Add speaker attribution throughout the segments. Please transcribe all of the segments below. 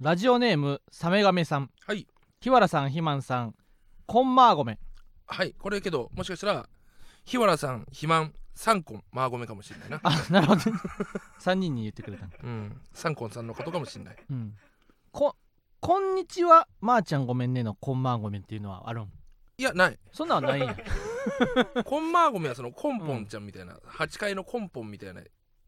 Speaker 1: ラジオネームサメガメさん
Speaker 2: はい
Speaker 1: 日原さんひまんさんこんまーごめ
Speaker 2: はいこれけどもしかしたら日原さん肥満三根マーゴメかもしれないな
Speaker 1: あなるほど3 人に言ってくれたの
Speaker 2: うん三根さんのことかもしれない
Speaker 1: うんここんにちはまー、ちゃんごめんねのこんまーごめんっていうのはあるん
Speaker 2: いやない
Speaker 1: そんなんはないん や
Speaker 2: コンマーゴメはそのコンポンちゃんみたいな、八階のコンポンみたいな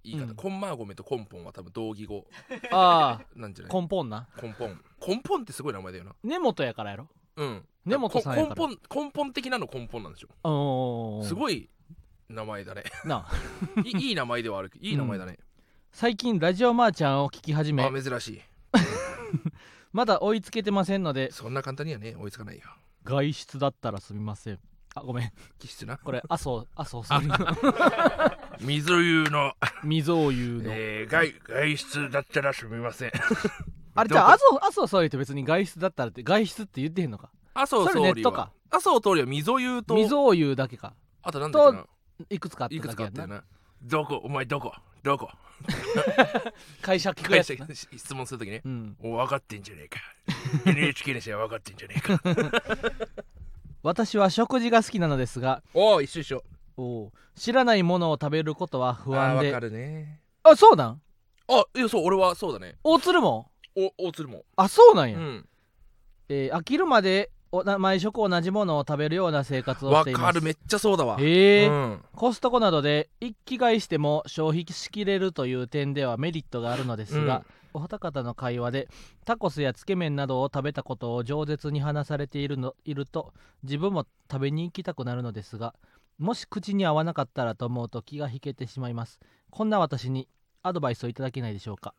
Speaker 2: 言い方、
Speaker 1: うん
Speaker 2: コンマーゴメとコンポンは多分同義語
Speaker 1: あ
Speaker 2: なんじゃ
Speaker 1: あ
Speaker 2: ない
Speaker 1: 根本な
Speaker 2: コンポンコンポンってすごい名前だよな
Speaker 1: 根本やからやろ
Speaker 2: うん
Speaker 1: 根本さんやから
Speaker 2: こ根本根本的なの根本なんでしょ
Speaker 1: おー
Speaker 2: すごい名前だね
Speaker 1: ない
Speaker 2: いいい名前ではあ るけどいい名前だね、
Speaker 1: 最近ラジオまーちゃんを聞き始め
Speaker 2: あ珍しい
Speaker 1: まだ追いつけてませんので
Speaker 2: そんな簡単にはね追いつかないよ
Speaker 1: 外出だったらすみませんあごめん
Speaker 2: 気質な
Speaker 1: これ麻生麻生総理 の
Speaker 2: 水湯の、
Speaker 1: 未曾有の、
Speaker 2: えー、外外出だったらすみません
Speaker 1: あれじゃあ麻
Speaker 2: ど
Speaker 1: 生麻生総理って別に外出だったらって外出って言ってへんのか
Speaker 2: 麻生
Speaker 1: それネ
Speaker 2: 総
Speaker 1: ッ
Speaker 2: 理
Speaker 1: ト
Speaker 2: は
Speaker 1: か
Speaker 2: 麻生総理は溝湯と
Speaker 1: 未曾有だけか
Speaker 2: あとなんだっけない
Speaker 1: くつかあった
Speaker 2: いく
Speaker 1: だ
Speaker 2: つ
Speaker 1: け
Speaker 2: かあ
Speaker 1: や
Speaker 2: ったよ
Speaker 1: な
Speaker 2: などこお前どこどこ
Speaker 1: 会社聞く
Speaker 2: 会
Speaker 1: や
Speaker 2: 社
Speaker 1: つ
Speaker 2: に
Speaker 1: な
Speaker 2: 質問するときね
Speaker 1: うん
Speaker 2: お分かってんじゃね えか NHK にしては分かってんじゃねえか
Speaker 1: 私は食事が好きなのですが
Speaker 2: おお一緒一緒
Speaker 1: おう知らないものを食べることは不安
Speaker 2: あー
Speaker 1: で
Speaker 2: わ
Speaker 1: あ
Speaker 2: かるね
Speaker 1: そうなん
Speaker 2: あいやそう俺はそうだね
Speaker 1: 大鶴も
Speaker 2: お大鶴も
Speaker 1: あそうなん
Speaker 2: う
Speaker 1: や、
Speaker 2: ん
Speaker 1: えー飽きるまでおな毎食同じものを食べるような生活をし
Speaker 2: わ
Speaker 1: ています
Speaker 2: かるめっちゃそうだわ
Speaker 1: へえ
Speaker 2: うん
Speaker 1: コストコなどで一気買いしても消費しきれるという点ではメリットがあるのですが、お二方の会話でタコスやつけ麺などを食べたことを饒舌に話されているのいると自分も食べに行きたくなるのですがもし口に合わなかったらと思うと気が引けてしまいますこんな私にアドバイスをいただけないでしょうか、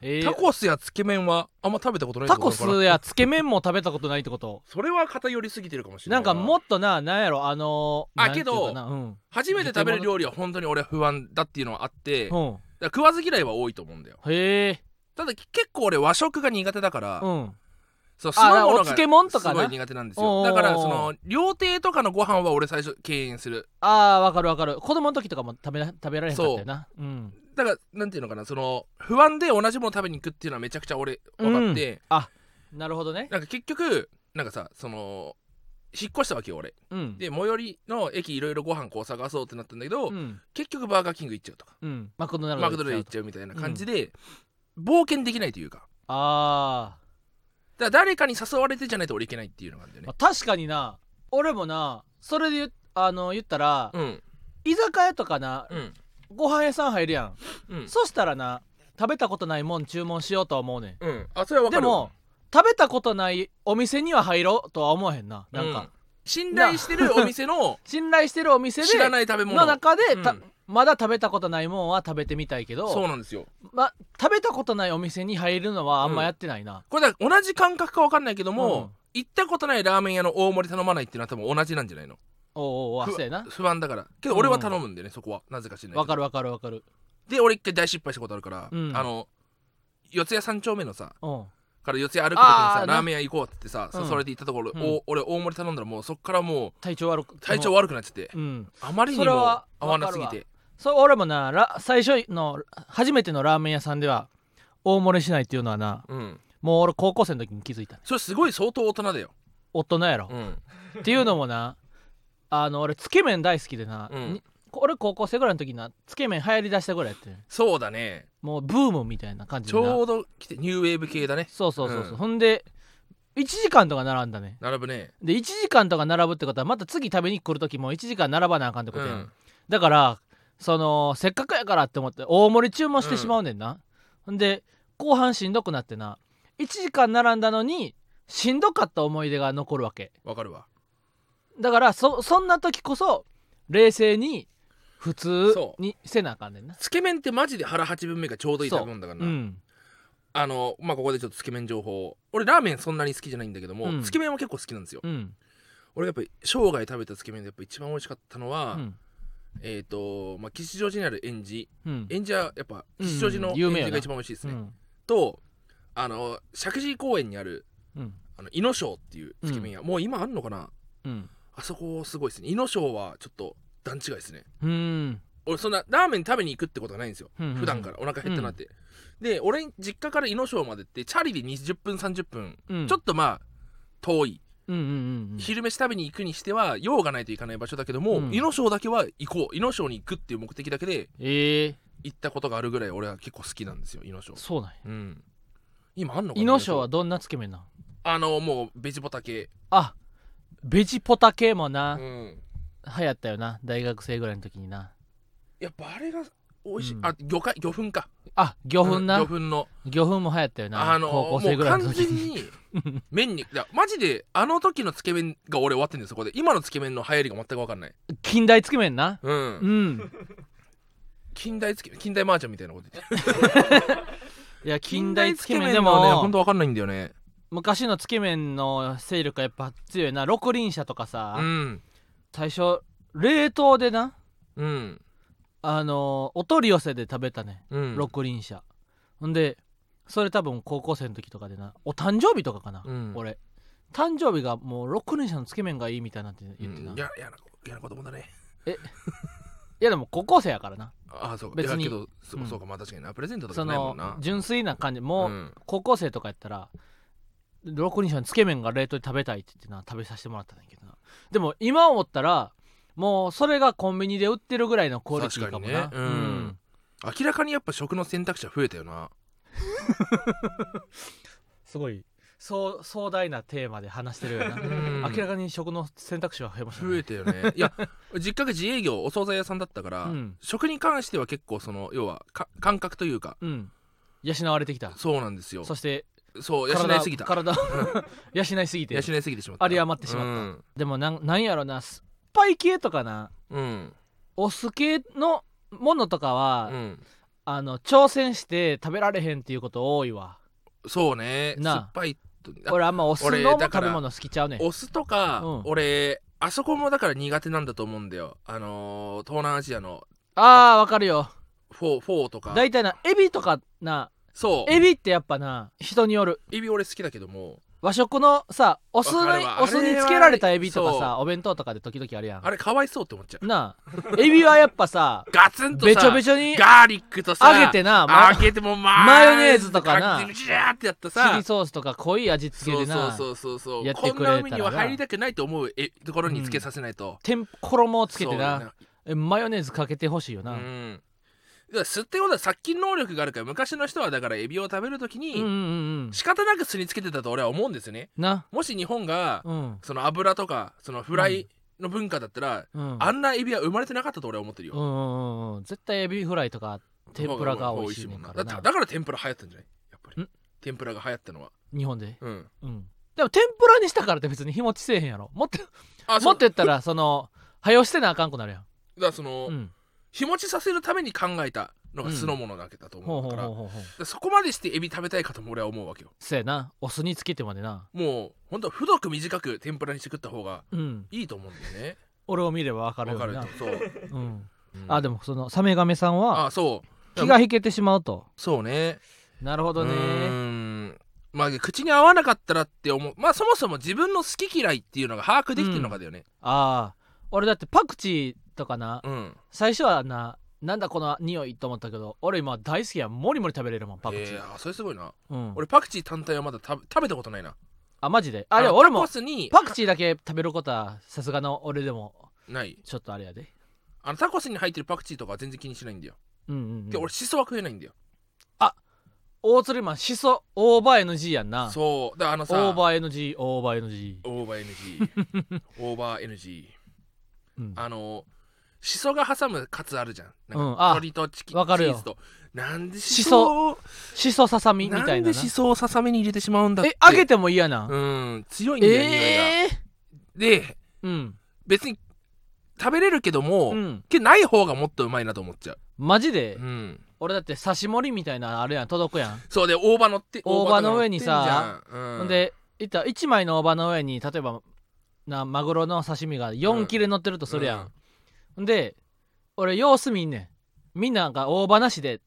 Speaker 1: えー
Speaker 2: タコスやつけ麺はあんま食べたことないって
Speaker 1: タ
Speaker 2: こと
Speaker 1: コ
Speaker 2: なのかな
Speaker 1: スやつけ麺も食べたことないってこと
Speaker 2: それは偏りすぎてるかもしれ
Speaker 1: な
Speaker 2: ない
Speaker 1: んかもっとななんやろあのー、
Speaker 2: あ
Speaker 1: なんていうかなうん、
Speaker 2: 初めて食べる料理は本当に俺は不安だっていうのはあってだか
Speaker 1: うん、
Speaker 2: ら食わず嫌いは多いと思うんだよ
Speaker 1: へえ
Speaker 2: ただ結構俺和食が苦手だから、
Speaker 1: うん
Speaker 2: そう酢
Speaker 1: あ
Speaker 2: の
Speaker 1: お
Speaker 2: 物が
Speaker 1: 漬物とか
Speaker 2: すごい
Speaker 1: な
Speaker 2: 苦手なんです
Speaker 1: お
Speaker 2: よ
Speaker 1: ー
Speaker 2: だからその料亭とかのご飯は俺最初敬遠する
Speaker 1: あーわかるわかる子供の時とかも食べな食べられへんかったよなうん
Speaker 2: だからなんていうのかなその不安で同じもの食べに行くっていうのはめちゃくちゃ俺分かって、
Speaker 1: なるほどね
Speaker 2: なんか結局なんかさその引っ越したわけよ俺
Speaker 1: うん
Speaker 2: で最寄りの駅いろいろご飯こう探そうってなったんだけど、
Speaker 1: うん
Speaker 2: 結局バーガーキング行っちゃうとか
Speaker 1: うんマクドナルド
Speaker 2: マクドナルド行っちゃうみたいな感じで、冒険できないというか
Speaker 1: あ
Speaker 2: だから誰かに誘われてじゃないと俺いけないっていうのがあるんだ
Speaker 1: ー、
Speaker 2: よ
Speaker 1: ま
Speaker 2: ね
Speaker 1: あ、確かにな俺もなそれで言うあの言ったら、
Speaker 2: うん
Speaker 1: 居酒屋とかな
Speaker 2: うん
Speaker 1: ご飯屋さん入るやん、
Speaker 2: うん
Speaker 1: そしたらな食べたことないもん注文しようとは思うね
Speaker 2: うんあそれは
Speaker 1: ん
Speaker 2: 分か
Speaker 1: で
Speaker 2: るわ
Speaker 1: も食べたことないお店には入ろうとは思わへんななんか、
Speaker 2: うん信頼してるお店の
Speaker 1: 信頼してるお店で
Speaker 2: 知らない食べ物
Speaker 1: の中で、た
Speaker 2: うん
Speaker 1: まだ食べたことないもんは食べてみたいけど
Speaker 2: そうなんですよ
Speaker 1: ま、食べたことないお店に入るのはあんまやってないな、
Speaker 2: これだ同じ感覚か分かんないけども、
Speaker 1: うん
Speaker 2: 行ったことないラーメン屋の大盛り頼まないっていうのは多分同じなんじゃないの
Speaker 1: おうおうあ
Speaker 2: ふわ
Speaker 1: そうやな
Speaker 2: 不安だからけど俺は頼むんでね、そこはなぜか知らない
Speaker 1: わかるわかるわかる
Speaker 2: で俺一回大失敗したことあるから、
Speaker 1: うん
Speaker 2: あの四谷三丁目のさ
Speaker 1: うん
Speaker 2: から四谷歩く時にさ
Speaker 1: あーな
Speaker 2: ラーメン屋行こうって言ってさ、
Speaker 1: うん
Speaker 2: 誘われて行ったところ、
Speaker 1: うん
Speaker 2: お俺大盛り頼んだらもうそっからもう
Speaker 1: 体調悪く
Speaker 2: 体調悪くなっちゃって
Speaker 1: うん
Speaker 2: あまりに
Speaker 1: それ
Speaker 2: も
Speaker 1: は
Speaker 2: 合わなすぎ
Speaker 1: わか
Speaker 2: て
Speaker 1: そう俺もなら最初の初めてのラーメン屋さんでは大漏れしないっていうのはな
Speaker 2: うん
Speaker 1: もう俺高校生の時に気づいたね
Speaker 2: それすごい相当大人だよ、
Speaker 1: 大人やろ、
Speaker 2: うん、
Speaker 1: っていうのもなあの俺つけ麺大好きでな、
Speaker 2: うん
Speaker 1: に俺高校生ぐらいの時になつけ麺流行りだしたぐらいやってん
Speaker 2: そうだね
Speaker 1: もうブームみたいな感じ
Speaker 2: ち
Speaker 1: でな
Speaker 2: ょうど来てニューウェーブ系だね
Speaker 1: そうそうそうそう、
Speaker 2: うん
Speaker 1: ほんで1時間とか並んだね
Speaker 2: 並ぶね
Speaker 1: で1時間とか並ぶってことはまた次食べに来る時も1時間並ばなあかんってこ
Speaker 2: う
Speaker 1: とやん、
Speaker 2: ん
Speaker 1: だからそのせっかくやからって思って大盛り注文してしまうねんな、ほんで後半しんどくなってな1時間並んだのにしんどかった思い出が残るわけ
Speaker 2: わかるわ
Speaker 1: だからそそんな時こそ冷静に普通
Speaker 2: そ
Speaker 1: にせなあかんねんな
Speaker 2: つけ麺ってマジで腹八分目がちょうどいい食べ物だから
Speaker 1: う
Speaker 2: な、
Speaker 1: ん
Speaker 2: あのまあここでちょっとつけ麺情報俺ラーメンそんなに好きじゃないんだけども、
Speaker 1: うん
Speaker 2: つけ麺は結構好きなんですよ、
Speaker 1: うん
Speaker 2: 俺やっぱり生涯食べたつけ麺でやっぱ一番美味しかったの
Speaker 1: う
Speaker 2: は、
Speaker 1: ん
Speaker 2: えっ、と、まあ、吉祥寺にある園児
Speaker 1: うん
Speaker 2: 園児はやっぱ吉祥寺の
Speaker 1: うん有
Speaker 2: 園
Speaker 1: 名や
Speaker 2: 児
Speaker 1: な
Speaker 2: が一番美味しいです
Speaker 1: う
Speaker 2: ね、
Speaker 1: ん
Speaker 2: とあの石神井公園にある
Speaker 1: うん
Speaker 2: あの井の庄っていうつけ麺屋、もう今あんのかな
Speaker 1: うん
Speaker 2: あそこすごいですね井の庄はちょっと段違いですね
Speaker 1: うん
Speaker 2: 俺そんなラーメン食べに行くってことがないんですよ
Speaker 1: うんうんうん
Speaker 2: 普段からお腹減ったなって、で俺実家から猪庄までってチャリで20分30分、
Speaker 1: うん
Speaker 2: ちょっとまあ遠い、
Speaker 1: うんうんうんうん
Speaker 2: 昼飯食べに行くにしては用がないといかない場所だけども、
Speaker 1: うん
Speaker 2: 猪庄だけは行こう猪庄に行くっていう目的だけで
Speaker 1: ええ
Speaker 2: 行ったことがあるぐらい俺は結構好きなんですよ猪庄
Speaker 1: そうなんや
Speaker 2: うん今あんのかな
Speaker 1: 猪庄はどんなつけ麺なん
Speaker 2: あのもうベジボタ系
Speaker 1: あベジポタ系も
Speaker 2: う
Speaker 1: な、
Speaker 2: ん
Speaker 1: 流行ったよな大学生ぐらいの時にな
Speaker 2: やっぱあれが美味しい、
Speaker 1: うん
Speaker 2: あ魚介魚粉か
Speaker 1: あ魚粉な、
Speaker 2: うん魚粉の
Speaker 1: 魚粉も流行ったよな、
Speaker 2: あの
Speaker 1: 高校
Speaker 2: も
Speaker 1: 生
Speaker 2: う
Speaker 1: ぐらいの
Speaker 2: 完
Speaker 1: 時
Speaker 2: 全
Speaker 1: に
Speaker 2: に麺にいやマジであの時のつけ麺が俺終わってんですそこで今のつけ麺の流行りが全く分かんない
Speaker 1: 近代つけ麺な
Speaker 2: う
Speaker 1: うんん
Speaker 2: 近代つけ近代麻雀みたいなこと 言って
Speaker 1: いや近代つけ麺で
Speaker 2: 近代つはねほ
Speaker 1: も
Speaker 2: んと分かんないんだよね
Speaker 1: 昔のつけ麺の勢力がやっぱ強いな六輪車とかさ、
Speaker 2: うん
Speaker 1: 最初冷凍でな
Speaker 2: うん
Speaker 1: あのお取り寄せで食べたね、
Speaker 2: うん
Speaker 1: 六輪車ほんでそれ多分高校生の時とかでなお誕生日とかかな、
Speaker 2: うん
Speaker 1: 俺誕生日がもう六輪車のつけ麺がいいみたいなって
Speaker 2: う
Speaker 1: 言ってな、
Speaker 2: ん
Speaker 1: い
Speaker 2: い
Speaker 1: や
Speaker 2: やいやな嫌な子供だね
Speaker 1: でも高校生やからな
Speaker 2: ああそうかい
Speaker 1: 別
Speaker 2: や
Speaker 1: に
Speaker 2: けどそ
Speaker 1: うん
Speaker 2: そうかまあ確かになプレゼントとか
Speaker 1: そ
Speaker 2: じゃないもん
Speaker 1: の
Speaker 2: な
Speaker 1: 純粋な感じもう、
Speaker 2: うん
Speaker 1: 高校生とかやったら六人者のつけ麺が冷凍で食べたいって言ってな食べさせてもらったんだけどなでも今思ったらもうそれがコンビニで売ってるぐらいのクオリティかもな
Speaker 2: 確かにねうん明らかにやっぱ食の選択肢は増えたよな
Speaker 1: すごいそう壮大なテーマで話してるよな
Speaker 2: うん
Speaker 1: 明らかに食の選択肢は増えました
Speaker 2: 増え
Speaker 1: ね
Speaker 2: た よねいや実家が自営業お惣菜屋さんだったから、
Speaker 1: うん
Speaker 2: 食に関しては結構その要はか感覚というか
Speaker 1: うん養われてきた
Speaker 2: そうなんですよ
Speaker 1: そして
Speaker 2: そう養
Speaker 1: 体
Speaker 2: いすぎた
Speaker 1: 体を 養いすぎて
Speaker 2: 養いすぎてしまった
Speaker 1: あり余ってしまったでもなんなんやろな酸っぱい系とかな
Speaker 2: うんうん、
Speaker 1: お酢系のものとかは、
Speaker 2: うん
Speaker 1: あの挑戦して食べられへんっていうこと多いわ
Speaker 2: そうね
Speaker 1: なあ
Speaker 2: 酸っぱいとあ
Speaker 1: 俺あんまお酢
Speaker 2: 俺
Speaker 1: の
Speaker 2: だか
Speaker 1: 食
Speaker 2: ら
Speaker 1: べ物好きちゃうねん
Speaker 2: お酢とか、
Speaker 1: うん
Speaker 2: 俺あそこもだから苦手なんだと思うんだよあのー東南アジアの
Speaker 1: あーわかるよ
Speaker 2: フォーフォーとか
Speaker 1: 大体なエビとかな
Speaker 2: そう
Speaker 1: エビってやっぱな人による
Speaker 2: エビ俺好きだけども
Speaker 1: 和食のさお酢に
Speaker 2: わかるわ
Speaker 1: お酢につけられたエビとかさお弁当とかで時々あるやん
Speaker 2: あれかわいそうって思っちゃう
Speaker 1: なあエビはやっぱさ
Speaker 2: ガツンとさ
Speaker 1: べちょべちょに
Speaker 2: ガーリックとさ
Speaker 1: 揚げてなま
Speaker 2: 揚げてもま
Speaker 1: マヨネーズとかな
Speaker 2: ジャーってやった
Speaker 1: チ
Speaker 2: さ
Speaker 1: リソースとか濃い味付け
Speaker 2: そう
Speaker 1: で
Speaker 2: そう
Speaker 1: な
Speaker 2: そうそうそう
Speaker 1: やってくれた
Speaker 2: こん
Speaker 1: ら
Speaker 2: な海には入りたくないと思うえところにつけさせないと、
Speaker 1: 天衣をつけ
Speaker 2: そ
Speaker 1: て
Speaker 2: うだよ
Speaker 1: なえマヨネーズかけてほしいよな、
Speaker 2: なうんだから吸ってことは殺菌能力があるから昔の人はだからエビを食べるとき
Speaker 1: うんうん
Speaker 2: に
Speaker 1: うん
Speaker 2: 仕方なく酢につけてたと俺は思うんですよね
Speaker 1: な
Speaker 2: もし日本が
Speaker 1: うん
Speaker 2: その油とかそのフライの文化だったら
Speaker 1: うん
Speaker 2: あんなエビは生まれてなかったと俺は思ってる
Speaker 1: うん
Speaker 2: よ
Speaker 1: うんうん絶対エビフライとか天ぷらが美味しいねんから
Speaker 2: だって
Speaker 1: な
Speaker 2: だから天ぷら流行ったんじゃないやっぱり
Speaker 1: ん
Speaker 2: 天ぷらが流行ったのは
Speaker 1: 日本で
Speaker 2: うん
Speaker 1: うんでも天ぷらにしたからって別に日持ちせえへんやろもっと
Speaker 2: あ
Speaker 1: も
Speaker 2: そ
Speaker 1: っ
Speaker 2: う
Speaker 1: と言ったらその早押してなあかんくなるやん、
Speaker 2: だからその、
Speaker 1: うん、
Speaker 2: 日持ちさせるために考えたのが酢の物だけだと
Speaker 1: ほ
Speaker 2: 思
Speaker 1: うほう
Speaker 2: うから,、
Speaker 1: ほうほうほう
Speaker 2: そこまでしてエビ食べたいかとも俺は思うわけよ
Speaker 1: せやなお酢につけてまでな
Speaker 2: もうほんとは太く短く天ぷらにして食った方が
Speaker 1: うん
Speaker 2: いいと思うんだよね
Speaker 1: 俺を見ればわかる
Speaker 2: わ
Speaker 1: よ
Speaker 2: か
Speaker 1: うに
Speaker 2: る
Speaker 1: な
Speaker 2: とそう、
Speaker 1: うん、
Speaker 2: うん
Speaker 1: あでもそのサメガメさんは
Speaker 2: あそう
Speaker 1: 気が引けてしまうと
Speaker 2: そうね
Speaker 1: なるほどね
Speaker 2: うーんまあ口に合わなかったらって思うまあそもそも自分の好き嫌いっていうのが把握できてるのかだよね
Speaker 1: ああ俺だってパクチーとかな
Speaker 2: うん、
Speaker 1: 最初はななんだこの匂いと思ったけど俺今大好きやんもりもり食べれるもんパクチー、
Speaker 2: えーあそれすごいな
Speaker 1: うん、
Speaker 2: 俺パクチー単体はまだ食べ食べたことないな
Speaker 1: あマジであでも俺も
Speaker 2: タコスに
Speaker 1: パクチーだけ食べることはさすがの俺でも
Speaker 2: ない
Speaker 1: ちょっとあれやで
Speaker 2: あのタコスに入ってるパクチーとかは全然気にしないんだよ、
Speaker 1: うんうん、うん、
Speaker 2: で俺シソは食えないんだよ
Speaker 1: 大釣りマンシソオーバー NG やんな
Speaker 2: そうだからあの
Speaker 1: オ
Speaker 2: さ
Speaker 1: ーバー NG オーバー NG
Speaker 2: オーバー NG オーバー NG
Speaker 1: うん
Speaker 2: あのしそが挟むカツあるじゃんなんか
Speaker 1: うんあ
Speaker 2: 鶏とチキ
Speaker 1: わかるよ
Speaker 2: チーズとなんでしそを
Speaker 1: シソささみみ
Speaker 2: な
Speaker 1: たい
Speaker 2: ん
Speaker 1: な
Speaker 2: で
Speaker 1: な
Speaker 2: しそをささみに入れてしまうんだって
Speaker 1: え揚げても嫌な、
Speaker 2: うん強いんだよ、匂い
Speaker 1: ええ
Speaker 2: がで
Speaker 1: ー、うん
Speaker 2: 別に食べれるけども、
Speaker 1: うん
Speaker 2: けどない方がもっとうまいなと思っちゃう、
Speaker 1: マジで、
Speaker 2: うん、
Speaker 1: 俺だって刺し盛りみたいなのあるやん届くやん、
Speaker 2: そうで大葉乗って
Speaker 1: 大葉の上にさ
Speaker 2: 大葉とか乗ってんじゃん、うん
Speaker 1: ほんでいった1枚の大葉の上に例えばなマグロの刺身が4切れ乗ってるとするやん、
Speaker 2: うん
Speaker 1: ほんで俺様子見んねんみんなが大葉なしで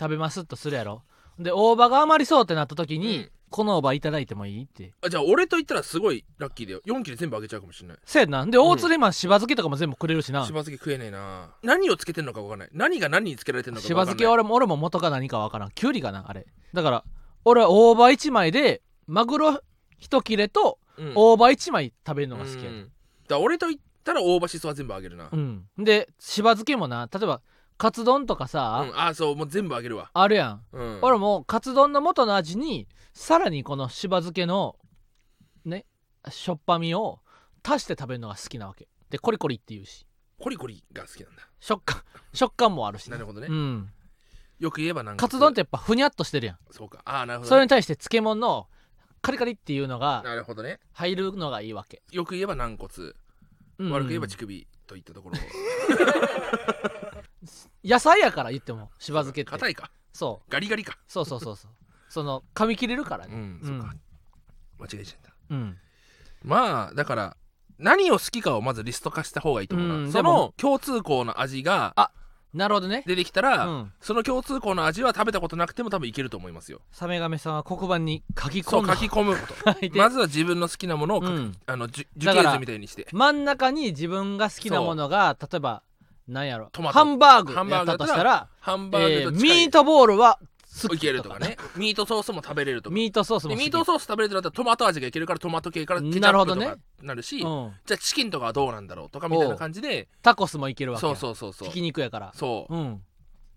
Speaker 1: 食べますとするやろほんで大葉が余りそうってなった時に、
Speaker 2: うん
Speaker 1: このおばいただいてもいいって
Speaker 2: あじゃあ俺と言ったらすごいラッキーだよ4切れ全部あげちゃうかもしれない
Speaker 1: せやんなで大釣りマンしば漬けとかも全部くれるしな
Speaker 2: しば漬け食えねえな何をつけてんのか分かんない何が何につけられてんのか
Speaker 1: し
Speaker 2: 分
Speaker 1: ば
Speaker 2: かんない
Speaker 1: 漬け俺も俺も元が何かわからんきゅうりかなあれだから俺は大葉1枚でマグロ1切れと
Speaker 2: うん
Speaker 1: 大葉1枚食べるのが好きや
Speaker 2: う
Speaker 1: ね
Speaker 2: んだから俺と言ったら大葉しそは全部あげるな、
Speaker 1: うん、でしば漬けもな例えばカツ丼とかさ、
Speaker 2: うんあそうもう全部あげるわ、
Speaker 1: あるやん、
Speaker 2: うん、
Speaker 1: 俺もカツ丼の元の味にさらにこのしば漬けのねしょっぱみを足して食べるのが好きなわけでコリコリっていうし
Speaker 2: コリコリが好きなんだ
Speaker 1: 食感食感もあるし
Speaker 2: なるほどね
Speaker 1: うん、
Speaker 2: よく言えばなんか
Speaker 1: カツ丼ってやっぱふにゃっとしてるやん
Speaker 2: そうかああなるほ
Speaker 1: そ
Speaker 2: ど
Speaker 1: れ
Speaker 2: ね、
Speaker 1: に対して漬物のカリカリっていうのが
Speaker 2: なるほどね
Speaker 1: 入るのがいいわけ、
Speaker 2: よく言えば軟骨、
Speaker 1: うん
Speaker 2: 悪く言えば乳首といったところ
Speaker 1: 野菜やから言ってもしば漬けって
Speaker 2: 硬いか
Speaker 1: そう
Speaker 2: ガリガリか
Speaker 1: そうそうそうそうその噛み切れるから
Speaker 2: う
Speaker 1: ね
Speaker 2: ん、そうか間違えちゃった
Speaker 1: うん
Speaker 2: まあだから何を好きかをまずリスト化した方がいいと思うな、
Speaker 1: うん
Speaker 2: そ
Speaker 1: でも
Speaker 2: の共通項の味が
Speaker 1: あなるほどね
Speaker 2: 出てきたら、
Speaker 1: うん
Speaker 2: その共通項の味は食べたことなくても多分いけると思いますよ
Speaker 1: サメガメさんは黒板に書き
Speaker 2: そ
Speaker 1: 込ん
Speaker 2: う
Speaker 1: だ
Speaker 2: 書き込むこと
Speaker 1: 書 いて
Speaker 2: まずは自分の好きなものを書く、
Speaker 1: うん
Speaker 2: あのじゅ樹
Speaker 1: だか
Speaker 2: 形
Speaker 1: ら
Speaker 2: 図みたいにして
Speaker 1: 真ん中に自分が好きなものが例えば何やろ
Speaker 2: トマト
Speaker 1: ハンバーグ
Speaker 2: ハンバ
Speaker 1: や
Speaker 2: ー
Speaker 1: っ
Speaker 2: グだ
Speaker 1: た
Speaker 2: った
Speaker 1: とし
Speaker 2: ら
Speaker 1: たら
Speaker 2: ハンバー
Speaker 1: え
Speaker 2: グ
Speaker 1: ー
Speaker 2: と
Speaker 1: ミ
Speaker 2: 近い、
Speaker 1: ートボールは好
Speaker 2: いけ
Speaker 1: き
Speaker 2: る
Speaker 1: と
Speaker 2: と
Speaker 1: か
Speaker 2: か
Speaker 1: ね
Speaker 2: ねミートソースも食べれるとか
Speaker 1: ミートソースも
Speaker 2: で
Speaker 1: 好き
Speaker 2: ミートソース食べれてだったらトマト味がいけるからトマト系からケチャ
Speaker 1: なる
Speaker 2: ッ
Speaker 1: ほ
Speaker 2: プ
Speaker 1: ど
Speaker 2: と
Speaker 1: ね
Speaker 2: かなるし
Speaker 1: うん
Speaker 2: じゃあチキンとかはどうなんだろうとかみたいな感じで
Speaker 1: タコスもいけるわけ
Speaker 2: そ
Speaker 1: や
Speaker 2: うそうそうそう
Speaker 1: ひき肉やから
Speaker 2: そう
Speaker 1: うん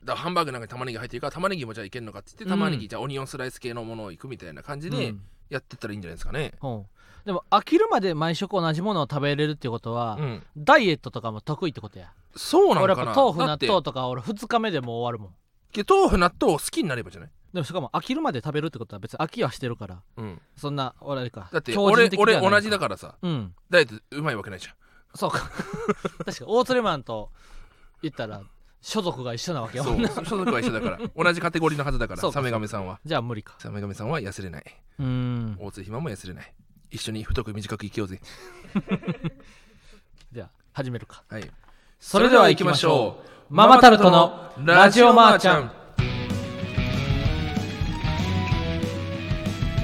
Speaker 2: だからハンバーグなんかに玉ねぎ入ってるから玉ねぎもじゃあいけるのかって言って
Speaker 1: うん
Speaker 2: 玉ねぎじゃあオニオンスライス系のものをいくみたいな感じ
Speaker 1: う
Speaker 2: で
Speaker 1: ん
Speaker 2: やってったらいいんじゃないですかね
Speaker 1: うんでも飽きるまで毎食同じものを食べれるってことは、
Speaker 2: うん
Speaker 1: ダイエットとかも得意ってことや
Speaker 2: そうな
Speaker 1: 俺
Speaker 2: の
Speaker 1: や
Speaker 2: か
Speaker 1: っ
Speaker 2: な
Speaker 1: ぱ豆腐
Speaker 2: だ
Speaker 1: 納
Speaker 2: って
Speaker 1: 豆とか俺2日目でもう終わるもん
Speaker 2: け豆腐納豆を好きになればじゃない
Speaker 1: でもしかも飽きるまで食べるってことは別に飽きはしてるから
Speaker 2: うん
Speaker 1: そんな俺あれか
Speaker 2: だって
Speaker 1: 強靭
Speaker 2: 俺
Speaker 1: 的で
Speaker 2: 俺
Speaker 1: はない
Speaker 2: 同じだからさ
Speaker 1: うん
Speaker 2: ダイエットうまいわけないじゃん
Speaker 1: そうか 確か大トレマンと言ったら所属が一緒なわけよ
Speaker 2: そう所属は一緒 だから同じカテゴリーのはずだか
Speaker 1: そ
Speaker 2: ら
Speaker 1: うか
Speaker 2: サメガメさんは
Speaker 1: じゃあ無理か
Speaker 2: サメガメさんは痩せれない
Speaker 1: うん
Speaker 2: 大津肥満も痩せれない一緒に太く短く生きようぜ
Speaker 1: じゃあ始めるか
Speaker 2: はい
Speaker 1: それでは行きましょう
Speaker 2: う
Speaker 1: ママタルトのラジオマーちゃん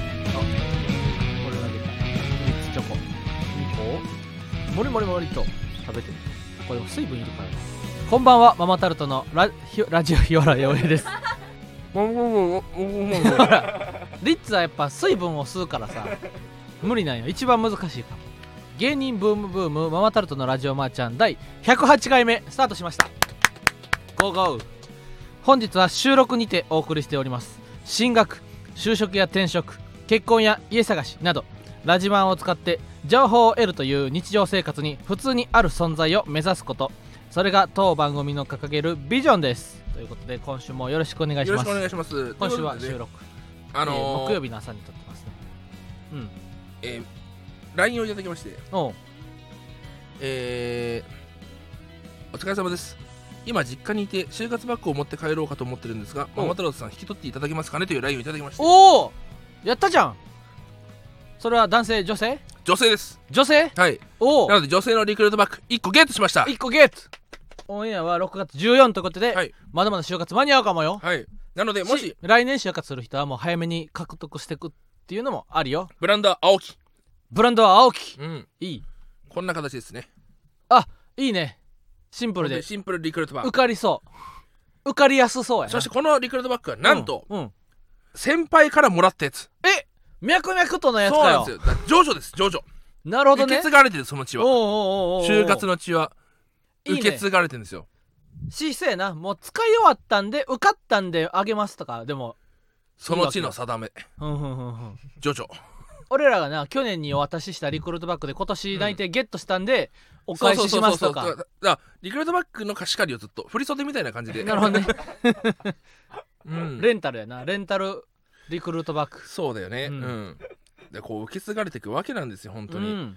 Speaker 1: うこれが出たミッツチョコ2個をもりもりもりと食べてるこれでも水分いるからなこんばんはママタルトのラひラジオ日原洋平ですほらリッツはやっぱ水分を吸うからさ無理なんよ一番難しいかも芸人ブームブームママタルトのラジオマーちゃん第108回目スタートしましたゴーゴー本日は収録にてお送りしております進学就職や転職結婚や家探しなどラジマンを使って情報を得るという日常生活に普通にある存在を目指すことそれが当番組の掲げるビジョンですということで今週もよろしくお願いし
Speaker 2: よろ
Speaker 1: ま
Speaker 2: し
Speaker 1: す
Speaker 2: くお願いします
Speaker 1: 今週は
Speaker 2: とい
Speaker 1: 収
Speaker 2: うこ
Speaker 1: 録、
Speaker 2: とでねあ
Speaker 1: えー
Speaker 2: の
Speaker 1: 木曜
Speaker 2: ー
Speaker 1: 日の朝に撮ってますねうん
Speaker 2: えー LINE をいただきまして
Speaker 1: おう
Speaker 2: えーお疲れ様です今実家にいて就活バッグを持って帰ろうかと思ってるんですが
Speaker 1: お
Speaker 2: ママタロトさん引き取っていただけますかねという LINE をいただきまして
Speaker 1: おおやったじゃんそれは男性女性
Speaker 2: 女性です
Speaker 1: 女性
Speaker 2: はい
Speaker 1: おお
Speaker 2: なので女性のリクルートバッグ1個ゲットしました
Speaker 1: 1個ゲットオンエアは6月14ということで、
Speaker 2: はい
Speaker 1: まだまだ就活間に合うかもよ
Speaker 2: はいなのでもし
Speaker 1: 来年就活する人はもう早めに獲得していくっていうのもあるよ
Speaker 2: ブランドは青木
Speaker 1: ブランドは青木
Speaker 2: うん
Speaker 1: いい
Speaker 2: こんな形ですね
Speaker 1: あいいねシンプル
Speaker 2: で
Speaker 1: で
Speaker 2: シンプルリクルートバッ
Speaker 1: 受
Speaker 2: グ
Speaker 1: かりそう受かりやすそうやな
Speaker 2: そしてこのリクルートバッグはなんと
Speaker 1: うんうん
Speaker 2: 先輩からもらったやつ
Speaker 1: え脈々とのやつ
Speaker 2: そう
Speaker 1: か
Speaker 2: なん
Speaker 1: よ
Speaker 2: ですよだから上々です上々
Speaker 1: なるほど
Speaker 2: 受
Speaker 1: ね
Speaker 2: け継がれてるその血
Speaker 1: おう
Speaker 2: は
Speaker 1: おうおうおうおう
Speaker 2: 就活の血はい
Speaker 1: いね
Speaker 2: 受け継がれてるんですよ
Speaker 1: しせえなもう使い終わったんで受かったんであげますとかでも
Speaker 2: その血の定め
Speaker 1: うんうんうんうん
Speaker 2: ジョジョ
Speaker 1: 俺らがな去年にお渡ししたリクルートバッグで今年内定ゲットしたんで、お返ししますと
Speaker 2: そうそう
Speaker 1: か
Speaker 2: そうそうだからリクルートバッグの貸し借りをずっと振り袖みたいな感じで
Speaker 1: なるほどね
Speaker 2: うん
Speaker 1: レンタルやなレンタルリクルートバッグ
Speaker 2: そうだよね
Speaker 1: う
Speaker 2: うんん、でこう受け継がれていくわけなんですよ本当に、
Speaker 1: うん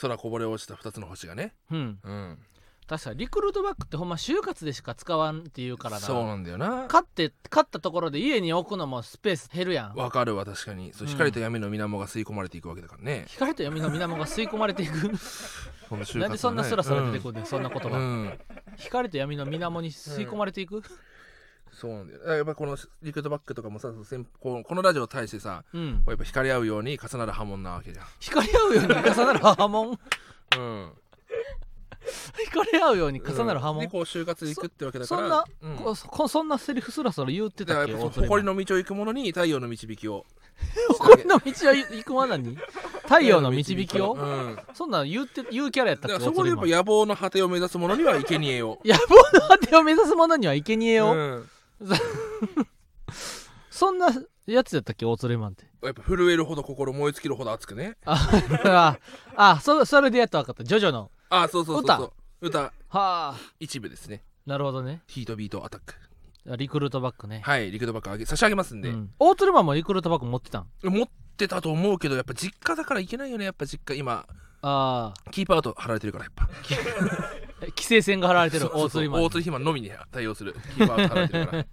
Speaker 2: 空こぼれ落ちた2つの星がね
Speaker 1: うん、
Speaker 2: うん
Speaker 1: 確かにリクルートバッグってほんま就活でしか使わんっていうからな
Speaker 2: そうなんだよな
Speaker 1: 買って買ったところで家に置くのもスペース減るやん
Speaker 2: わかるわ確かにそう
Speaker 1: うん
Speaker 2: 光と闇の水面が吸い込まれていくわけだからね、
Speaker 1: 光と闇の水面が吸い込まれ ていく
Speaker 2: この就活はね
Speaker 1: なんでそんなスラスラ出てくるねん、そんな言
Speaker 2: うん
Speaker 1: 葉、
Speaker 2: うん
Speaker 1: 光と闇の水面に吸い込まれていく、
Speaker 2: そうなんだよだからやっぱこのリクルートバックとかもさ先こうこのラジオを対してさ
Speaker 1: うん
Speaker 2: こうやっぱ惹かれ合うように重なる波紋なわけじゃ
Speaker 1: 光り合うように重なる波紋
Speaker 2: ん、うん、
Speaker 1: 光り合うように重なる波
Speaker 2: うん
Speaker 1: 紋
Speaker 2: で、こう就活行くってわけだから
Speaker 1: そんな
Speaker 2: うん、
Speaker 1: こそこそんなセリフすらそら言ってた
Speaker 2: だか
Speaker 1: っ
Speaker 2: ら
Speaker 1: け大
Speaker 2: やっぱ
Speaker 1: 鳥
Speaker 2: 誇りの道を行く者に太陽の導きを
Speaker 1: 誇りの道は行くまな に太陽の導き
Speaker 2: う
Speaker 1: を
Speaker 2: ん、だ
Speaker 1: そんなん言うて言うキャラやったっ
Speaker 2: か
Speaker 1: け
Speaker 2: らそこでやっぱ
Speaker 1: 大鳥
Speaker 2: 野望の果てを目指す者には生贄を
Speaker 1: マン野望の果てを目指す者には生贄を、
Speaker 2: うん
Speaker 1: そんなやつやったっけオートレマンって
Speaker 2: やっぱ震えるほど心燃え尽きるほど熱くね
Speaker 1: ああそそれでやっと分かったジョジョの
Speaker 2: あそうそうそうそう歌
Speaker 1: はあ
Speaker 2: 一部ですね
Speaker 1: なるほどね
Speaker 2: ヒートビートアタック
Speaker 1: リクルートバックね、
Speaker 2: はいリクルートバック上げ差し上げますんで、
Speaker 1: うんオートレマンもリクルートバック持ってたん
Speaker 2: 持ってたと思うけどやっぱ実家だからいけないよねやっぱ実家今
Speaker 1: ああ
Speaker 2: キーパーアウト貼られてるからやっぱ
Speaker 1: え規制線が張られてるオートレマンに
Speaker 2: 大鳥肥満のみに対応するキーパーアウト貼られてる から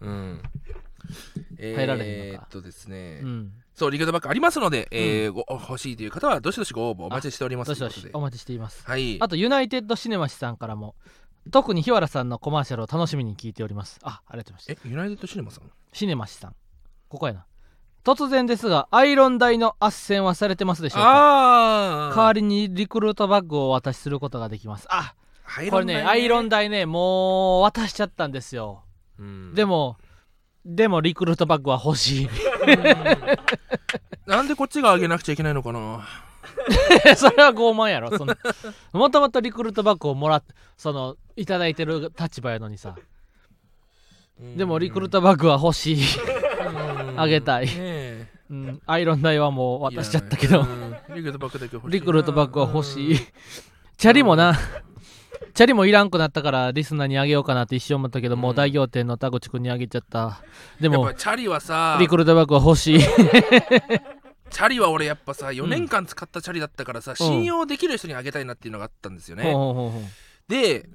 Speaker 2: うん
Speaker 1: 入られへんの
Speaker 2: え
Speaker 1: か
Speaker 2: ーっとですね、
Speaker 1: うん
Speaker 2: そうリクルートバックありますので、えーご欲しいという方はどしどしご応募お待ちしております
Speaker 1: どしど
Speaker 2: という
Speaker 1: し
Speaker 2: こ
Speaker 1: お
Speaker 2: とで
Speaker 1: 待ちしています
Speaker 2: はい
Speaker 1: あとユナイテッドシネマシさんからも特に日原さんのコマーシャルを楽しみに聞いておりますあありがとうございま
Speaker 2: えユナイテッドシネマさん
Speaker 1: したシネマシさんここやな突然ですがアイロン台の斡旋はされてますでしょうか
Speaker 2: あ
Speaker 1: 代わりにリクルートバッグをお渡しすることができますあ
Speaker 2: り
Speaker 1: これねアイロン台ねもう渡しちゃったんですよでも
Speaker 2: も
Speaker 1: でもリクルートバッグは欲しい
Speaker 2: なんでこっちが上げなくちゃいけないのかな
Speaker 1: それは傲慢やろそのもともとリクルートバッグをもらっそのいただいてる立場やのにさでもリクルートバッグは欲しい
Speaker 2: あ
Speaker 1: あげたいうん、アイロン台はもう渡しちゃったけど、
Speaker 2: リクルートバッグだけ欲しいな
Speaker 1: リクルートバッグは欲しい。チャリもな、チャリもいらんくなったからリスナーにあげようかなって一瞬思ったけど、もう大行店の田口くんにあげちゃった。で
Speaker 2: やっ
Speaker 1: も
Speaker 2: ぱ、チャリはさ
Speaker 1: リクルートバッグは欲しい。
Speaker 2: チャリは俺やっぱさ4年間使ったチャリだったからさ信用できる人にあげたいなっていうのがあったんですよ
Speaker 1: ほう
Speaker 2: ね
Speaker 1: ほうほうほう
Speaker 2: で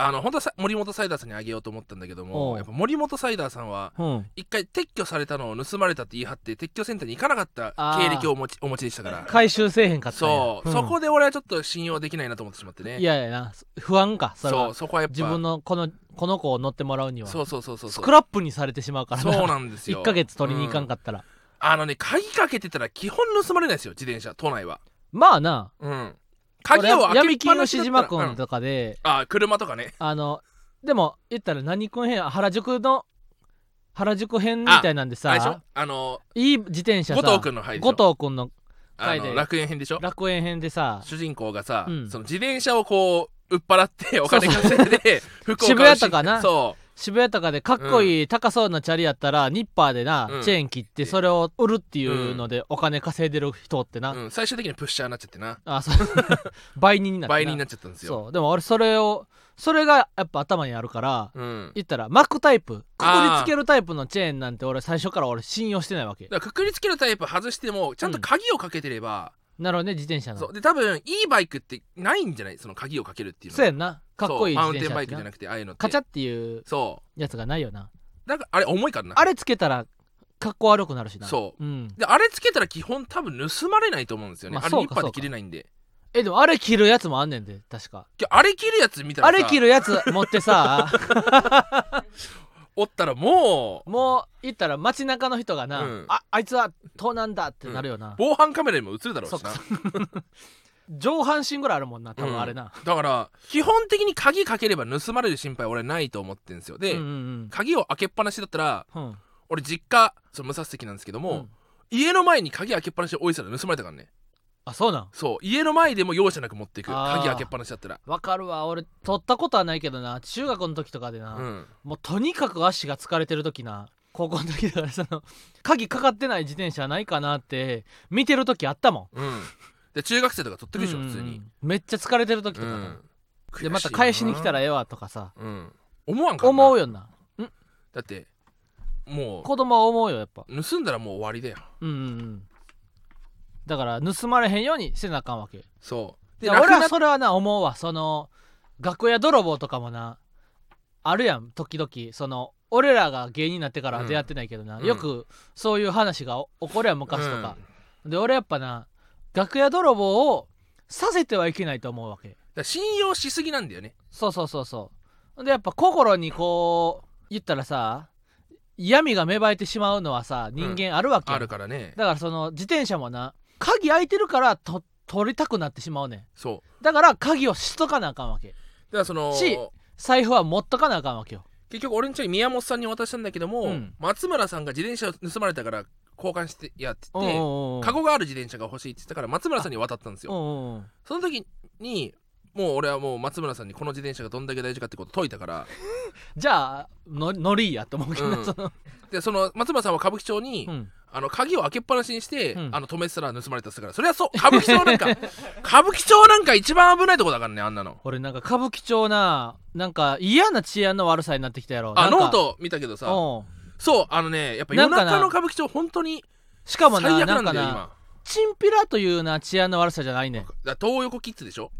Speaker 2: あの本当はさ森本サイダーさんにあげようと思ったんだけど
Speaker 1: おう
Speaker 2: もやっぱ森本サイダーさんは
Speaker 1: うん、
Speaker 2: 一回撤去されたのを盗まれたって言い張って撤去センターに行かなかった
Speaker 1: あー
Speaker 2: 経歴をお持ちお持ちでしたから
Speaker 1: 回収せえへんかったんや
Speaker 2: そう、
Speaker 1: ん
Speaker 2: そこで俺はちょっと信用できないなと思ってしまってね
Speaker 1: いやいやな、不安か、それ
Speaker 2: そ
Speaker 1: は
Speaker 2: う。そこはやっぱ
Speaker 1: 自分のこのこの子を乗ってもらうには。
Speaker 2: そうそうそうそう
Speaker 1: ス
Speaker 2: そう
Speaker 1: クラップにされてしまうから
Speaker 2: そうなんですよ
Speaker 1: 1ヶ月取りに行かんか
Speaker 2: っ
Speaker 1: ったら。
Speaker 2: た、あのね鍵かけてたら基本盗まれないですよ自転車都内は
Speaker 1: まあな、
Speaker 2: うん鍵を開けっ
Speaker 1: 闇
Speaker 2: ぱ
Speaker 1: 金の
Speaker 2: な
Speaker 1: 指
Speaker 2: しだ
Speaker 1: 示
Speaker 2: った
Speaker 1: マ
Speaker 2: ら、
Speaker 1: 君
Speaker 2: うん
Speaker 1: とかで、
Speaker 2: あ車とかね
Speaker 1: あのでも言ったら何君編原宿の原宿編みたいなんで
Speaker 2: あれでしょ
Speaker 1: さ
Speaker 2: あの
Speaker 1: いい自転車さ
Speaker 2: 後藤君の入りでしょ
Speaker 1: 後藤君の
Speaker 2: あ
Speaker 1: 書いて
Speaker 2: の楽園編でしょ
Speaker 1: 楽園編でさ
Speaker 2: 主人公がさ、
Speaker 1: うん
Speaker 2: その自転車をこう売っ払ってお金稼 いで服を買う
Speaker 1: 渋谷とかな
Speaker 2: そ
Speaker 1: 渋谷とかでかっこいい高そうなチャリやったら、ニッパーでな、
Speaker 2: うん
Speaker 1: チェーン切ってそれを売るっていうのでお金稼いでる人ってな、
Speaker 2: う、うん、最終的にプッシャーになっちゃってな
Speaker 1: あそう 倍人になってな
Speaker 2: 倍になっちゃったんですよ
Speaker 1: そうでも俺それをそれがやっぱ頭にあるから、
Speaker 2: うん
Speaker 1: 言ったら巻くタイプくくり
Speaker 2: あー
Speaker 1: つけるタイプのチェーンなんて俺最初から俺信用してないわけ
Speaker 2: だからくくりつけるタイプ外してもちゃんと鍵をかけてれば、
Speaker 1: なるほどね自転車の
Speaker 2: そうで多分いいバイクってないんじゃないその鍵をかけるっていうの
Speaker 1: そうや
Speaker 2: は
Speaker 1: んなかっこいい
Speaker 2: そうマ
Speaker 1: 自
Speaker 2: ウン
Speaker 1: 転車
Speaker 2: テン
Speaker 1: や
Speaker 2: バイ
Speaker 1: し
Speaker 2: クじゃ
Speaker 1: な
Speaker 2: なくてああいうのって
Speaker 1: カチャっていう
Speaker 2: そ
Speaker 1: やつがないよな
Speaker 2: うなんかあれ重いからな
Speaker 1: あれつけたらかっこ悪くなるしな、
Speaker 2: そう
Speaker 1: ん、
Speaker 2: であれつけたら基本多分盗まれないと思うんですよね、
Speaker 1: まあ
Speaker 2: あ、れ
Speaker 1: そう
Speaker 2: ニッ
Speaker 1: か
Speaker 2: パー
Speaker 1: そ
Speaker 2: で
Speaker 1: うか
Speaker 2: 切れないんで
Speaker 1: えでもあれ着るやつもあんねんで確か
Speaker 2: いやあれ切るやつ見たら
Speaker 1: あ
Speaker 2: さ
Speaker 1: れ着るやつ持って さ
Speaker 2: おったらもう
Speaker 1: もう行ったら街中の人がな、
Speaker 2: うん
Speaker 1: ああいつは盗難だってなるよな、
Speaker 2: 防犯カメラにも映るだろうし
Speaker 1: そっ
Speaker 2: な
Speaker 1: か上半身ぐらいあるもんな多分あれな、
Speaker 2: うんだから基本的に鍵かければ盗まれる心配は俺ないと思ってんですよ
Speaker 1: うん、
Speaker 2: で、
Speaker 1: うんうん
Speaker 2: 鍵を開けっぱなしだったら
Speaker 1: うん
Speaker 2: 俺実家その無差席なんですけども、
Speaker 1: うん
Speaker 2: 家の前に鍵開けっぱなしで置いてたら盗まれたからね
Speaker 1: あそうなん
Speaker 2: そう家の前でも容赦なく持っていく
Speaker 1: あー
Speaker 2: 鍵開けっぱなしだったら
Speaker 1: わかるわ俺取ったことはないけどな中学の時とかでな、
Speaker 2: うん
Speaker 1: もうとにかく足が疲れてる時な高校の時だからその 鍵かかってない自転車ないかなって見てる時あったも
Speaker 2: うんで中学生とか取って
Speaker 1: ん
Speaker 2: くでしょ普通に
Speaker 1: うんめっちゃ疲れてる時
Speaker 2: う
Speaker 1: とかな、
Speaker 2: ん悔しい
Speaker 1: で
Speaker 2: よな
Speaker 1: また返しに来たらええわとかさ
Speaker 2: うん思わんからな
Speaker 1: 思うよな
Speaker 2: だっても
Speaker 1: 子供は思うよやっぱ
Speaker 2: う盗んだらもう終わりだよ
Speaker 1: うんうんうんだから盗まれへんようにせなあかんわけ
Speaker 2: そう
Speaker 1: い
Speaker 2: で
Speaker 1: や俺
Speaker 2: 楽
Speaker 1: は
Speaker 2: な
Speaker 1: それはな思うわその楽屋泥棒とかもなあるやん時々その俺らが芸人になってから出会ってないけどな、
Speaker 2: うん
Speaker 1: よくそういう話がお起こるやん昔とか、で俺やっぱな楽屋泥棒をさせてはいけないと思うわけ
Speaker 2: だから信用しすぎなんだよね
Speaker 1: そうそうそうそうでやっぱ心にこう言ったらさ闇が芽生えてしまうのはさ人間あるわけや
Speaker 2: あ
Speaker 1: ん、
Speaker 2: るからね
Speaker 1: だからその自転車もな鍵開いてるからと取りたくなってしまうねん
Speaker 2: そう
Speaker 1: だから鍵をしとかなあかんわけ
Speaker 2: だからその
Speaker 1: し財布は持っとかなあかんわけよ
Speaker 2: 結局俺んちに宮本さんに渡したんだけども、
Speaker 1: うん
Speaker 2: 松村さんが自転車を盗まれたから交換してやって
Speaker 1: うんうん
Speaker 2: て
Speaker 1: うん
Speaker 2: カゴがある自転車が欲しいって言ったから松村さんに渡ったんです
Speaker 1: う
Speaker 2: よ
Speaker 1: んうん
Speaker 2: その時にもう俺はもう松村さんにこの自転車がどんだけ大事かってこと解いたから
Speaker 1: じゃあのノリやと思うけどな、
Speaker 2: うん
Speaker 1: その、
Speaker 2: でその松村さんは歌舞伎町に、
Speaker 1: うん
Speaker 2: あの鍵を開けっぱなしにして、
Speaker 1: うん
Speaker 2: あの止めてたら盗まれたっすからそれはそう歌舞伎 町なんか歌舞伎町なんか一番危ないとこだからねあんなの
Speaker 1: 俺なんか歌舞伎町ななんか嫌な治安の悪さになってきたやろなん
Speaker 2: あノ
Speaker 1: か
Speaker 2: ート見たけどさ
Speaker 1: うん
Speaker 2: そうあのねやっぱ
Speaker 1: な
Speaker 2: 夜
Speaker 1: んか
Speaker 2: 中
Speaker 1: な
Speaker 2: の歌舞伎町本当に
Speaker 1: しか
Speaker 2: 最
Speaker 1: も
Speaker 2: 悪
Speaker 1: なな
Speaker 2: なんん
Speaker 1: か
Speaker 2: だよ
Speaker 1: な
Speaker 2: 今
Speaker 1: チンピラというな治安の悪さじゃないねん
Speaker 2: だから東横キッズでしょ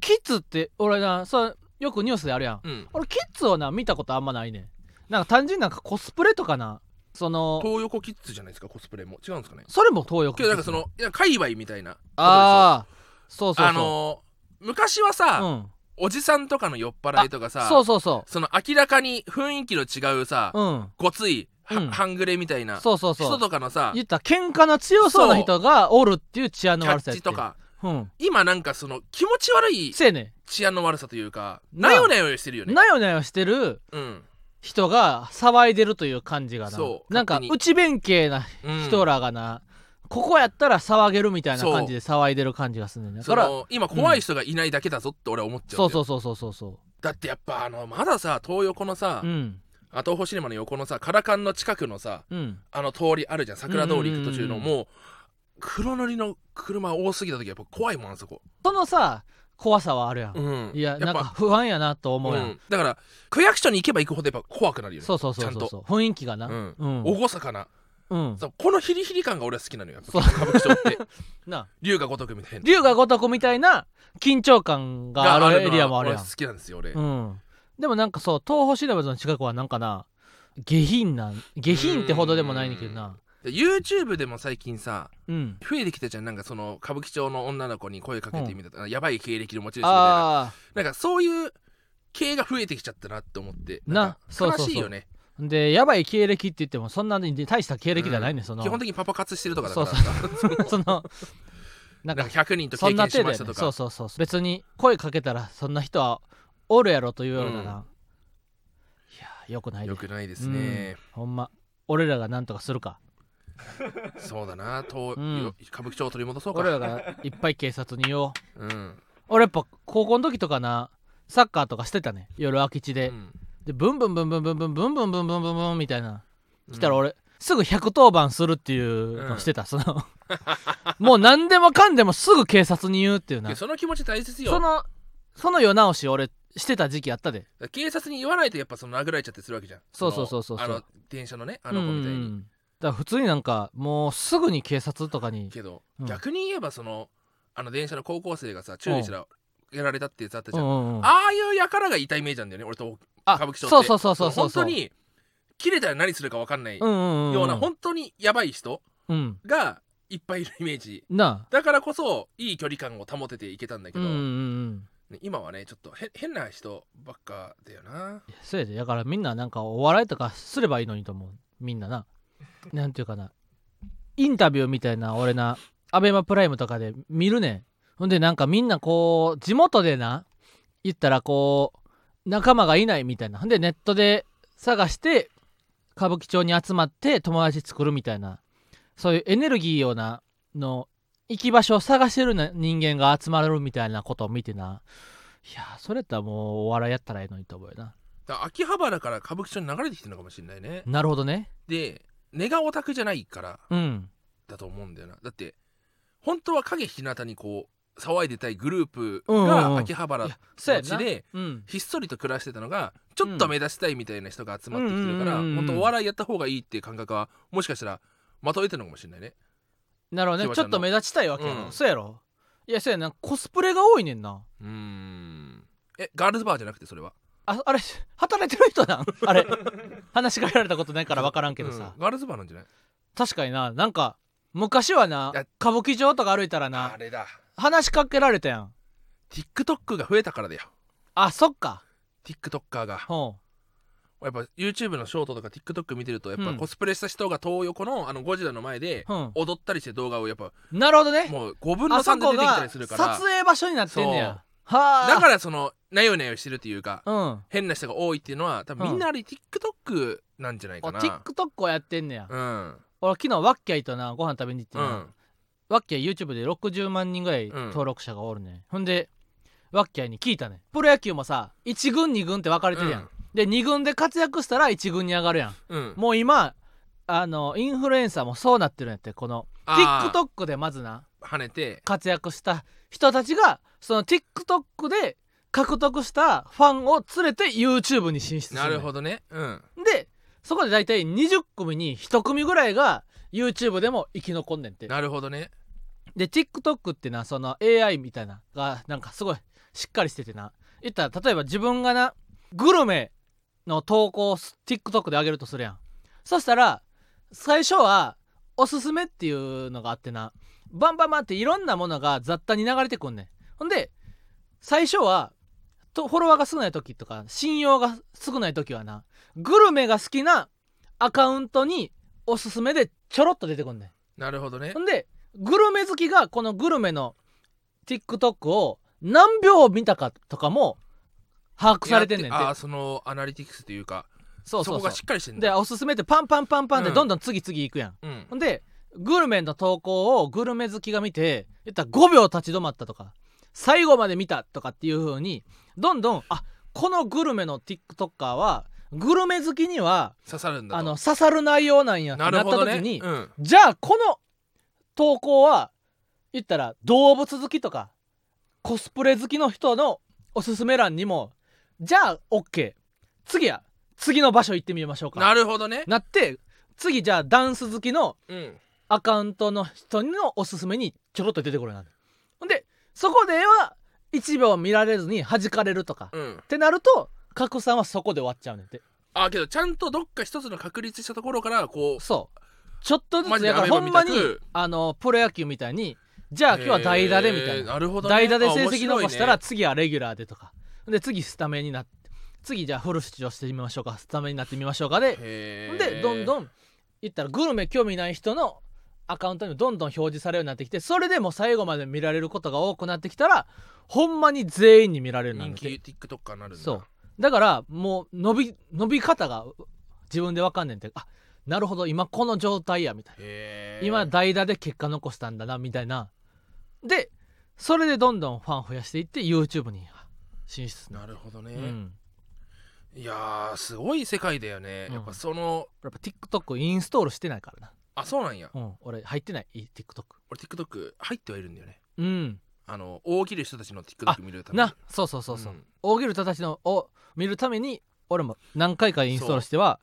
Speaker 1: キッズって俺なそうよくニュースであるやん
Speaker 2: うん
Speaker 1: 俺キッズをな見たことあんまないねんなんか単純になんかコスプレとかなその
Speaker 2: 東横キッズじゃないですかコスプレも違うんですかね
Speaker 1: それも東洋
Speaker 2: けどなんかそのいや界隈みたいな
Speaker 1: ああそうそうそう
Speaker 2: あのー昔はさ、
Speaker 1: うん
Speaker 2: おじさんとかの酔っ払いとかさ
Speaker 1: そうそうそ
Speaker 2: その明らかに雰囲気の違うさ、
Speaker 1: ううん
Speaker 2: ごつい、は
Speaker 1: うん
Speaker 2: 半グレみたいな
Speaker 1: そうそうそ
Speaker 2: 人
Speaker 1: う
Speaker 2: とかのさ
Speaker 1: 言ったら喧嘩の強そうな人がおるっていう治安
Speaker 2: キ
Speaker 1: の
Speaker 2: ャ
Speaker 1: 悪
Speaker 2: ッ
Speaker 1: さやっ
Speaker 2: チ
Speaker 1: て
Speaker 2: とか
Speaker 1: うん
Speaker 2: 今なんかその気持ち悪い
Speaker 1: せやね
Speaker 2: 治安の悪さというか
Speaker 1: な
Speaker 2: なよなよしてるよ
Speaker 1: ん
Speaker 2: ね
Speaker 1: なよなよしてる
Speaker 2: うん
Speaker 1: 人が騒いでるという感じがな
Speaker 2: そう
Speaker 1: なんか
Speaker 2: 勝手に
Speaker 1: 内弁慶な
Speaker 2: うん
Speaker 1: 人らがな、ここやったら騒げるみたいな感じで騒いでる感じがするねんだ
Speaker 2: そ
Speaker 1: から
Speaker 2: の今怖い人がいないだけだぞって俺は思っちゃ
Speaker 1: そううん
Speaker 2: だよ
Speaker 1: そうそうそうそうそ
Speaker 2: だってやっぱあのまださ東横のさ
Speaker 1: ううん
Speaker 2: あ東宝シネマの横のさカラカンの近くのさ
Speaker 1: うん
Speaker 2: あの通りあるじゃん桜通り行く途中の
Speaker 1: うんうんうんう
Speaker 2: もう黒塗りの車多すぎた時やっぱ怖いもんあそこ
Speaker 1: そのさ怖さはあるやん、
Speaker 2: うん
Speaker 1: いや
Speaker 2: っ
Speaker 1: なん
Speaker 2: ぱ
Speaker 1: か不安やなと思うやん、
Speaker 2: うんだから区役所に行けば行くほどやっぱ怖くなるよね
Speaker 1: そうそうそうそうそう雰囲気がな
Speaker 2: うん
Speaker 1: うん、
Speaker 2: 厳かな
Speaker 1: うん
Speaker 2: そうこのヒリヒリ感が俺は好きなのよやっぱ
Speaker 1: そう
Speaker 2: 歌舞伎町って
Speaker 1: な
Speaker 2: 龍が如くみたいな
Speaker 1: 龍が如くみたいな緊張感があるエリアもあるや
Speaker 2: が
Speaker 1: ん
Speaker 2: のは俺好きなんですよ俺、
Speaker 1: うんでもなんかそう東宝シネマズの近くはなんかな下品な下品ってほどでもないねんだけどな
Speaker 2: で YouTube でも最近さ
Speaker 1: うん
Speaker 2: 増えてきたじゃんなんかその歌舞伎町の女の子に声かけてみたいな、やばい経歴の持ち主みたいな
Speaker 1: あ
Speaker 2: なんかそういう系が増えてきちゃったなって思って
Speaker 1: なん
Speaker 2: か
Speaker 1: そうそうそう
Speaker 2: 悲しいよね
Speaker 1: あでやばい経歴って言ってもそんなに大した経歴じゃないねんその
Speaker 2: 基本的にパパ活してるとかだか
Speaker 1: そう
Speaker 2: ら
Speaker 1: そう
Speaker 2: なんか
Speaker 1: そのなん
Speaker 2: なん
Speaker 1: か
Speaker 2: か100人と
Speaker 1: そ
Speaker 2: 経
Speaker 1: んな程度
Speaker 2: 験しま
Speaker 1: や
Speaker 2: した
Speaker 1: ね
Speaker 2: と
Speaker 1: そう
Speaker 2: か
Speaker 1: そうそう別に声かけたらそんな人はおるやろというようなな、
Speaker 2: う
Speaker 1: いやーよくないで
Speaker 2: よくないですね、
Speaker 1: ほんま俺らがなんとかするか
Speaker 2: そうだなと、
Speaker 1: うん
Speaker 2: よ歌舞伎町を取り戻そうか
Speaker 1: 俺らがいっぱい警察に言おう
Speaker 2: うん
Speaker 1: 俺やっぱ高校の時とかなサッカーとかしてたね夜空き地
Speaker 2: う
Speaker 1: で、
Speaker 2: ん
Speaker 1: でブンブンブンブンブンブンブンブンブンブンブンブンみたいな来たら
Speaker 2: うん
Speaker 1: 俺、すぐ110番するっていうのしてた、そのもう何でもかんでもすぐ警察に言うっていう
Speaker 2: い
Speaker 1: な
Speaker 2: や
Speaker 1: そ
Speaker 2: その気持ち大切よ
Speaker 1: のその世直し俺してた時期あったで
Speaker 2: 警察に言わないとやっぱその殴られちゃってするわけじゃん
Speaker 1: そう
Speaker 2: の
Speaker 1: そうそうそうそう
Speaker 2: あの電車のねあの子みたい
Speaker 1: うんう
Speaker 2: に
Speaker 1: んだから普通になんかもうすぐに警察とかに
Speaker 2: けど、
Speaker 1: うん
Speaker 2: 逆に言えばそのあの電車の高校生がさ注意したらやられたってやつあったじゃん、
Speaker 1: うんうんうん
Speaker 2: ああいう輩がいたイメージなんだよね俺と
Speaker 1: あ
Speaker 2: 歌舞伎町って
Speaker 1: そうそうそうそうそう
Speaker 2: 本当に切れたら何するか分かんないよ
Speaker 1: うんうんうん
Speaker 2: うな本当にやばい人
Speaker 1: うん
Speaker 2: がいっぱいいるイメージ
Speaker 1: な
Speaker 2: だからこそいい距離感を保てていけたんだ
Speaker 1: あう
Speaker 2: け
Speaker 1: ん
Speaker 2: ど、
Speaker 1: うんうん
Speaker 2: ね今はねちょっとへ変な人ばっかだよな
Speaker 1: そうやでだからみんななんかお笑いとかすればいいのにと思うみんなななんていうかなインタビューみたいな俺なアベマプライムとかで見るねんほんでなんかみんなこう地元でな言ったらこう仲間がいないみたいなほんでネットで探して歌舞伎町に集まって友達作るみたいなそういうエネルギーようなの行き場所を探してるな人間が集まるみたいなことを見てないやそれやったらもうお笑いやったらええのにと思うよな
Speaker 2: だから秋葉原から歌舞伎町に流れてきてるのかもしれないね
Speaker 1: なるほどね。
Speaker 2: で根がオタクじゃないから
Speaker 1: うん。
Speaker 2: だと思うんだよなだって本当は影ひなたにこう騒いでたいグループ
Speaker 1: うんうんうん
Speaker 2: が秋葉原
Speaker 1: い
Speaker 2: の
Speaker 1: やそうや
Speaker 2: 地
Speaker 1: な。
Speaker 2: で
Speaker 1: うん。
Speaker 2: ひっそりと暮らしてたのがちょっと目立ちたいみたいな人が集まってきてるから
Speaker 1: うんうんうんうん
Speaker 2: 本当お笑いやった方がいいっていう感覚はもしかしたらまとえてるのかもしれないね
Speaker 1: なるほどね。
Speaker 2: 千葉
Speaker 1: ち
Speaker 2: ちゃ
Speaker 1: ょ
Speaker 2: ん
Speaker 1: っ
Speaker 2: の
Speaker 1: と目立ちたいわけやろ。
Speaker 2: うん
Speaker 1: そうやろ。いや、そうやな。コスプレが多いねんな。
Speaker 2: うーんえガールズバーじゃなくてそれは
Speaker 1: あ、あれ、働いてる人 なんあれ。話しかけられたことないから分からんけどさ。
Speaker 2: うんガールズバーなんじゃない
Speaker 1: 確かにな。なんか、昔はない
Speaker 2: や、
Speaker 1: 歌舞伎町とか歩いたら
Speaker 2: あ
Speaker 1: な、
Speaker 2: れだ
Speaker 1: 話しかけられたやん。
Speaker 2: TikTok が増えたからだよ
Speaker 1: あ、そっか。
Speaker 2: TikToker が
Speaker 1: ほ
Speaker 2: やっぱ YouTube のショートとか TikTok 見てるとやっ
Speaker 1: う
Speaker 2: ぱ
Speaker 1: ん
Speaker 2: コスプレした人が東横のあのゴジラの前で
Speaker 1: うん
Speaker 2: 踊ったりして動画をやっぱ
Speaker 1: なるほどね
Speaker 2: もう5分の
Speaker 1: あそ
Speaker 2: 3で
Speaker 1: こ
Speaker 2: 出てきた
Speaker 1: が
Speaker 2: りす
Speaker 1: 撮
Speaker 2: るから
Speaker 1: 影場所になってんね
Speaker 2: そう
Speaker 1: やはあ
Speaker 2: だからそのなよなよしてるというから
Speaker 1: うん
Speaker 2: 変な人が多いっていうのは多分みんなあれ TikTok なんじゃないか
Speaker 1: あ
Speaker 2: な
Speaker 1: TikTok をやってんねや、
Speaker 2: うん
Speaker 1: 俺昨日ワッキャイとなご飯食べに行って
Speaker 2: う
Speaker 1: な、
Speaker 2: ん
Speaker 1: ワッキャイ YouTube で60万人ぐらい
Speaker 2: うん
Speaker 1: 登録者がおるね、ほんでワッキャイに聞いたねプロ野球もさ1軍2軍って分かれてるやん、
Speaker 2: うん
Speaker 1: で2軍で活躍したら1軍に上がるやん
Speaker 2: うん
Speaker 1: もう今あのインフルエンサーもそうなってるんやってこの
Speaker 2: あー
Speaker 1: TikTok でまずな
Speaker 2: 跳ねて
Speaker 1: 活躍した人たちがその TikTok で獲得したファンを連れて YouTube に進出する
Speaker 2: なるほ
Speaker 1: ど
Speaker 2: どねうん
Speaker 1: でそこで大体20組に1組ぐらいが YouTube でも生き残んねんって
Speaker 2: なるほどね
Speaker 1: で TikTok ってなその AI みたいながなんかすごいしっかりしててな言ったら例えば自分がなグルメの投稿をす TikTok で上げるとするやんそしたら最初はおすすめっていうのがあってなバンバンバンっていろんなものが雑多に流れてくんねんほんで最初はとフォロワーが少ない時とか信用が少ない時はなグルメが好きなアカウントにおすすめでちょろっと出てくんねん
Speaker 2: なるほどね
Speaker 1: ほんでグルメ好きがこのグルメの TikTok を何秒見たかとかも把握されてんねんて
Speaker 2: ああーそのアナリティクスというか
Speaker 1: そうそう
Speaker 2: こ
Speaker 1: そ
Speaker 2: が
Speaker 1: う
Speaker 2: しっかりしてん
Speaker 1: で
Speaker 2: だ
Speaker 1: おすすめってパンパンパンパンで
Speaker 2: うん
Speaker 1: どんどん次々いくやん、
Speaker 2: うん
Speaker 1: ほんでグルメの投稿をグルメ好きが見て言ったら5秒立ち止まったとか最後まで見たとかっていう風にどんどんあこのグルメの TikToker はグルメ好きには
Speaker 2: 刺さるんだと
Speaker 1: あの刺さる内容なんやってな
Speaker 2: な
Speaker 1: った
Speaker 2: るほど
Speaker 1: 時
Speaker 2: ね
Speaker 1: に、
Speaker 2: うん
Speaker 1: じゃあこの投稿は言ったら動物好きとかコスプレ好きの人のおすすめ欄にもじゃあ OK 次や次の場所行ってみましょうかな
Speaker 2: なるほどね
Speaker 1: って次じゃあダンス好きの
Speaker 2: うん
Speaker 1: アカウントの人のおすすめにちょろっと出てくるようになるほんでそこでは1秒見られずに弾かれるとか、っ
Speaker 2: うん
Speaker 1: てなると拡散はそこで終わっちゃうねんて
Speaker 2: あけどちゃんとどっか一つの確立したところからこう
Speaker 1: そうちょっとずつ
Speaker 2: マジで
Speaker 1: やからほ
Speaker 2: アメーバ
Speaker 1: ん
Speaker 2: み
Speaker 1: ま
Speaker 2: た
Speaker 1: に
Speaker 2: く
Speaker 1: あのプロ野球みたいにじゃあ今日は代打でみたい
Speaker 2: えー
Speaker 1: な、
Speaker 2: なるほどね
Speaker 1: 代打で成
Speaker 2: あ面
Speaker 1: 績
Speaker 2: 白いね
Speaker 1: 残したら次はレギュラーでとかで次スタメンになって次じゃあフル出場してみましょうかスタメンになってみましょうかで
Speaker 2: へー
Speaker 1: でどんどんいったらグルメ興味ない人のアカウントにもどんどん表示されるようになってきてそれでも最後まで見られることが多くなってきたらほんまに全員に見られるように
Speaker 2: 人
Speaker 1: なって
Speaker 2: 気 TikToker になるんだ
Speaker 1: そうだからもう伸び伸び方が自分でわかんねんってあなるほど今この状態やみたいな。
Speaker 2: へー
Speaker 1: 今代打で結果残したんだなみたいなでそれでどんどんファン増やしていって YouTube に進出する
Speaker 2: なるほどね、
Speaker 1: うん
Speaker 2: いやーすごい世界だよね、
Speaker 1: うん
Speaker 2: やっぱその
Speaker 1: やっぱ TikTok インストールしてないからな
Speaker 2: あそうなんや
Speaker 1: うん俺入ってない TikTok
Speaker 2: 俺 TikTok 入ってはいるんだよね
Speaker 1: うん
Speaker 2: あの大喜利人たちの TikTok 見るために
Speaker 1: なそうそうそうそう、
Speaker 2: ん
Speaker 1: 大喜利人たちのを見るために俺も何回かインストールしては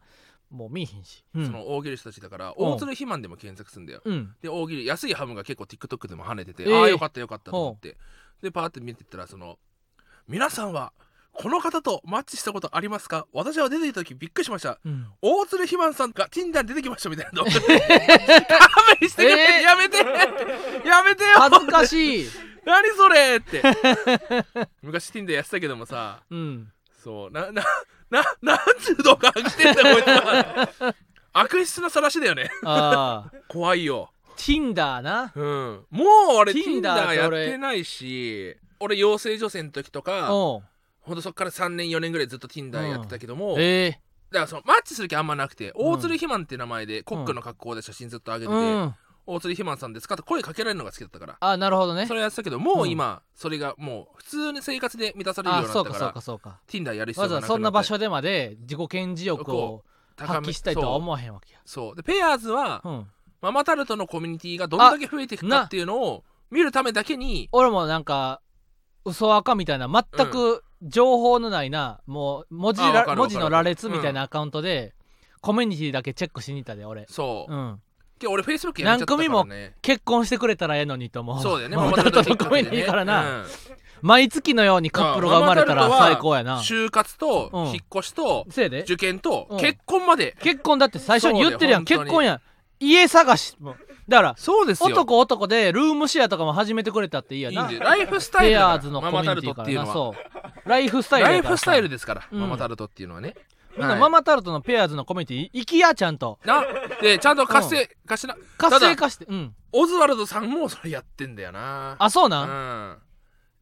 Speaker 1: もう見えへんしうん
Speaker 2: その大喜利人たちだから大鶴肥満でも検索するんだよ
Speaker 1: うん
Speaker 2: で大喜利安いハムが結構 TikTok でも跳ねてて、
Speaker 1: えー
Speaker 2: ああよかったよかったと思ってでパーって見てったらその皆さんはこの方とマッチしたことありますか私は出てきた時びっくりしました
Speaker 1: うん、
Speaker 2: 大鶴ひまんさんが Tinder に出てきましたみたいな の勘弁してく
Speaker 1: えー
Speaker 2: れ、やめてやめてよ
Speaker 1: 恥ずかしい、
Speaker 2: 何それって昔 Tinder やってたけどもさ
Speaker 1: うん、
Speaker 2: そうななななんちゅう動画上げてんだこいつは 悪質な晒しだよね
Speaker 1: あー
Speaker 2: 怖いよ
Speaker 1: Tinder な
Speaker 2: うん、もう俺
Speaker 1: Tinder
Speaker 2: Tinder
Speaker 1: って
Speaker 2: やっ
Speaker 1: 俺
Speaker 2: てないし俺養成女性の時とか
Speaker 1: おう
Speaker 2: ほんとそっから3年4年ぐらいずっと Tinder やってたけども、だ
Speaker 1: え
Speaker 2: からそのマッチする気あんまなくて、
Speaker 1: うん
Speaker 2: 大鶴ひまんって名前でコックの格好で写真ずっと上
Speaker 1: え
Speaker 2: げてて、
Speaker 1: うん
Speaker 2: 大鶴ひまんさんですかって声かけられるのが好きだったから
Speaker 1: あなるほどね
Speaker 2: それやってたけどもう今それがもう普通に生活で満たされるよう
Speaker 1: あ
Speaker 2: にな
Speaker 1: そ
Speaker 2: っ
Speaker 1: う
Speaker 2: た
Speaker 1: か
Speaker 2: か
Speaker 1: そう
Speaker 2: ら
Speaker 1: かそうか
Speaker 2: Tinder やる必
Speaker 1: わ
Speaker 2: 要
Speaker 1: ざ
Speaker 2: が
Speaker 1: わ
Speaker 2: なくなって
Speaker 1: ざそんな場所でまで自己顕示欲を
Speaker 2: 高
Speaker 1: 発
Speaker 2: め
Speaker 1: 揮したいとは思わへんわけや。
Speaker 2: そうそうでペアーズは、
Speaker 1: うん、
Speaker 2: ママタルトのコミュニティがどんだけ増えていくかっていうのを見るためだけに
Speaker 1: 俺もなんか嘘赤みたいな全く情報のないな、もう文字
Speaker 2: あわ
Speaker 1: ら
Speaker 2: かる
Speaker 1: 文
Speaker 2: わかる
Speaker 1: 字の羅列みたいなアカウントで、コミュニティだけチェックしに行ったで俺、
Speaker 2: そう、
Speaker 1: うん、
Speaker 2: で俺 Facebook やめちゃったから、ね、
Speaker 1: 何組も結婚してくれたらええのにと思う
Speaker 2: そうだよね。
Speaker 1: ママタルトのコミュニティからな、
Speaker 2: うん
Speaker 1: 毎月のようにカップルが生まれたら最高やな
Speaker 2: 就活と
Speaker 1: うん
Speaker 2: 引っ越しと
Speaker 1: せいで
Speaker 2: 受験と
Speaker 1: うん
Speaker 2: 結婚まで。
Speaker 1: 結婚だって最初に言ってるやん
Speaker 2: そうだよ
Speaker 1: 結婚やん家探しもだから
Speaker 2: そうですよ。
Speaker 1: 男男でルームシェアとかも始めてくれたっていいや
Speaker 2: いいんだ
Speaker 1: な
Speaker 2: よライフスタイル
Speaker 1: ペ
Speaker 2: だ
Speaker 1: ア
Speaker 2: か
Speaker 1: ーズ
Speaker 2: ら。
Speaker 1: の
Speaker 2: マ
Speaker 1: コミ
Speaker 2: マ
Speaker 1: ュ
Speaker 2: タ
Speaker 1: ニテ
Speaker 2: ルト
Speaker 1: ィ
Speaker 2: っ
Speaker 1: か
Speaker 2: ていう
Speaker 1: らな
Speaker 2: のは。
Speaker 1: そうライフスタイル
Speaker 2: ラ
Speaker 1: や
Speaker 2: イ
Speaker 1: から
Speaker 2: フス
Speaker 1: さ
Speaker 2: タイルですから、
Speaker 1: うん
Speaker 2: ママタルトっていうのはね。
Speaker 1: みんな
Speaker 2: はい
Speaker 1: ママタルトのペアーズのコミュニティ行きやちゃんと
Speaker 2: なでちゃんと活性化しな
Speaker 1: 活性化してうん
Speaker 2: オズワルドさんもそれやってんだよな
Speaker 1: あそう
Speaker 2: う
Speaker 1: なん、
Speaker 2: ん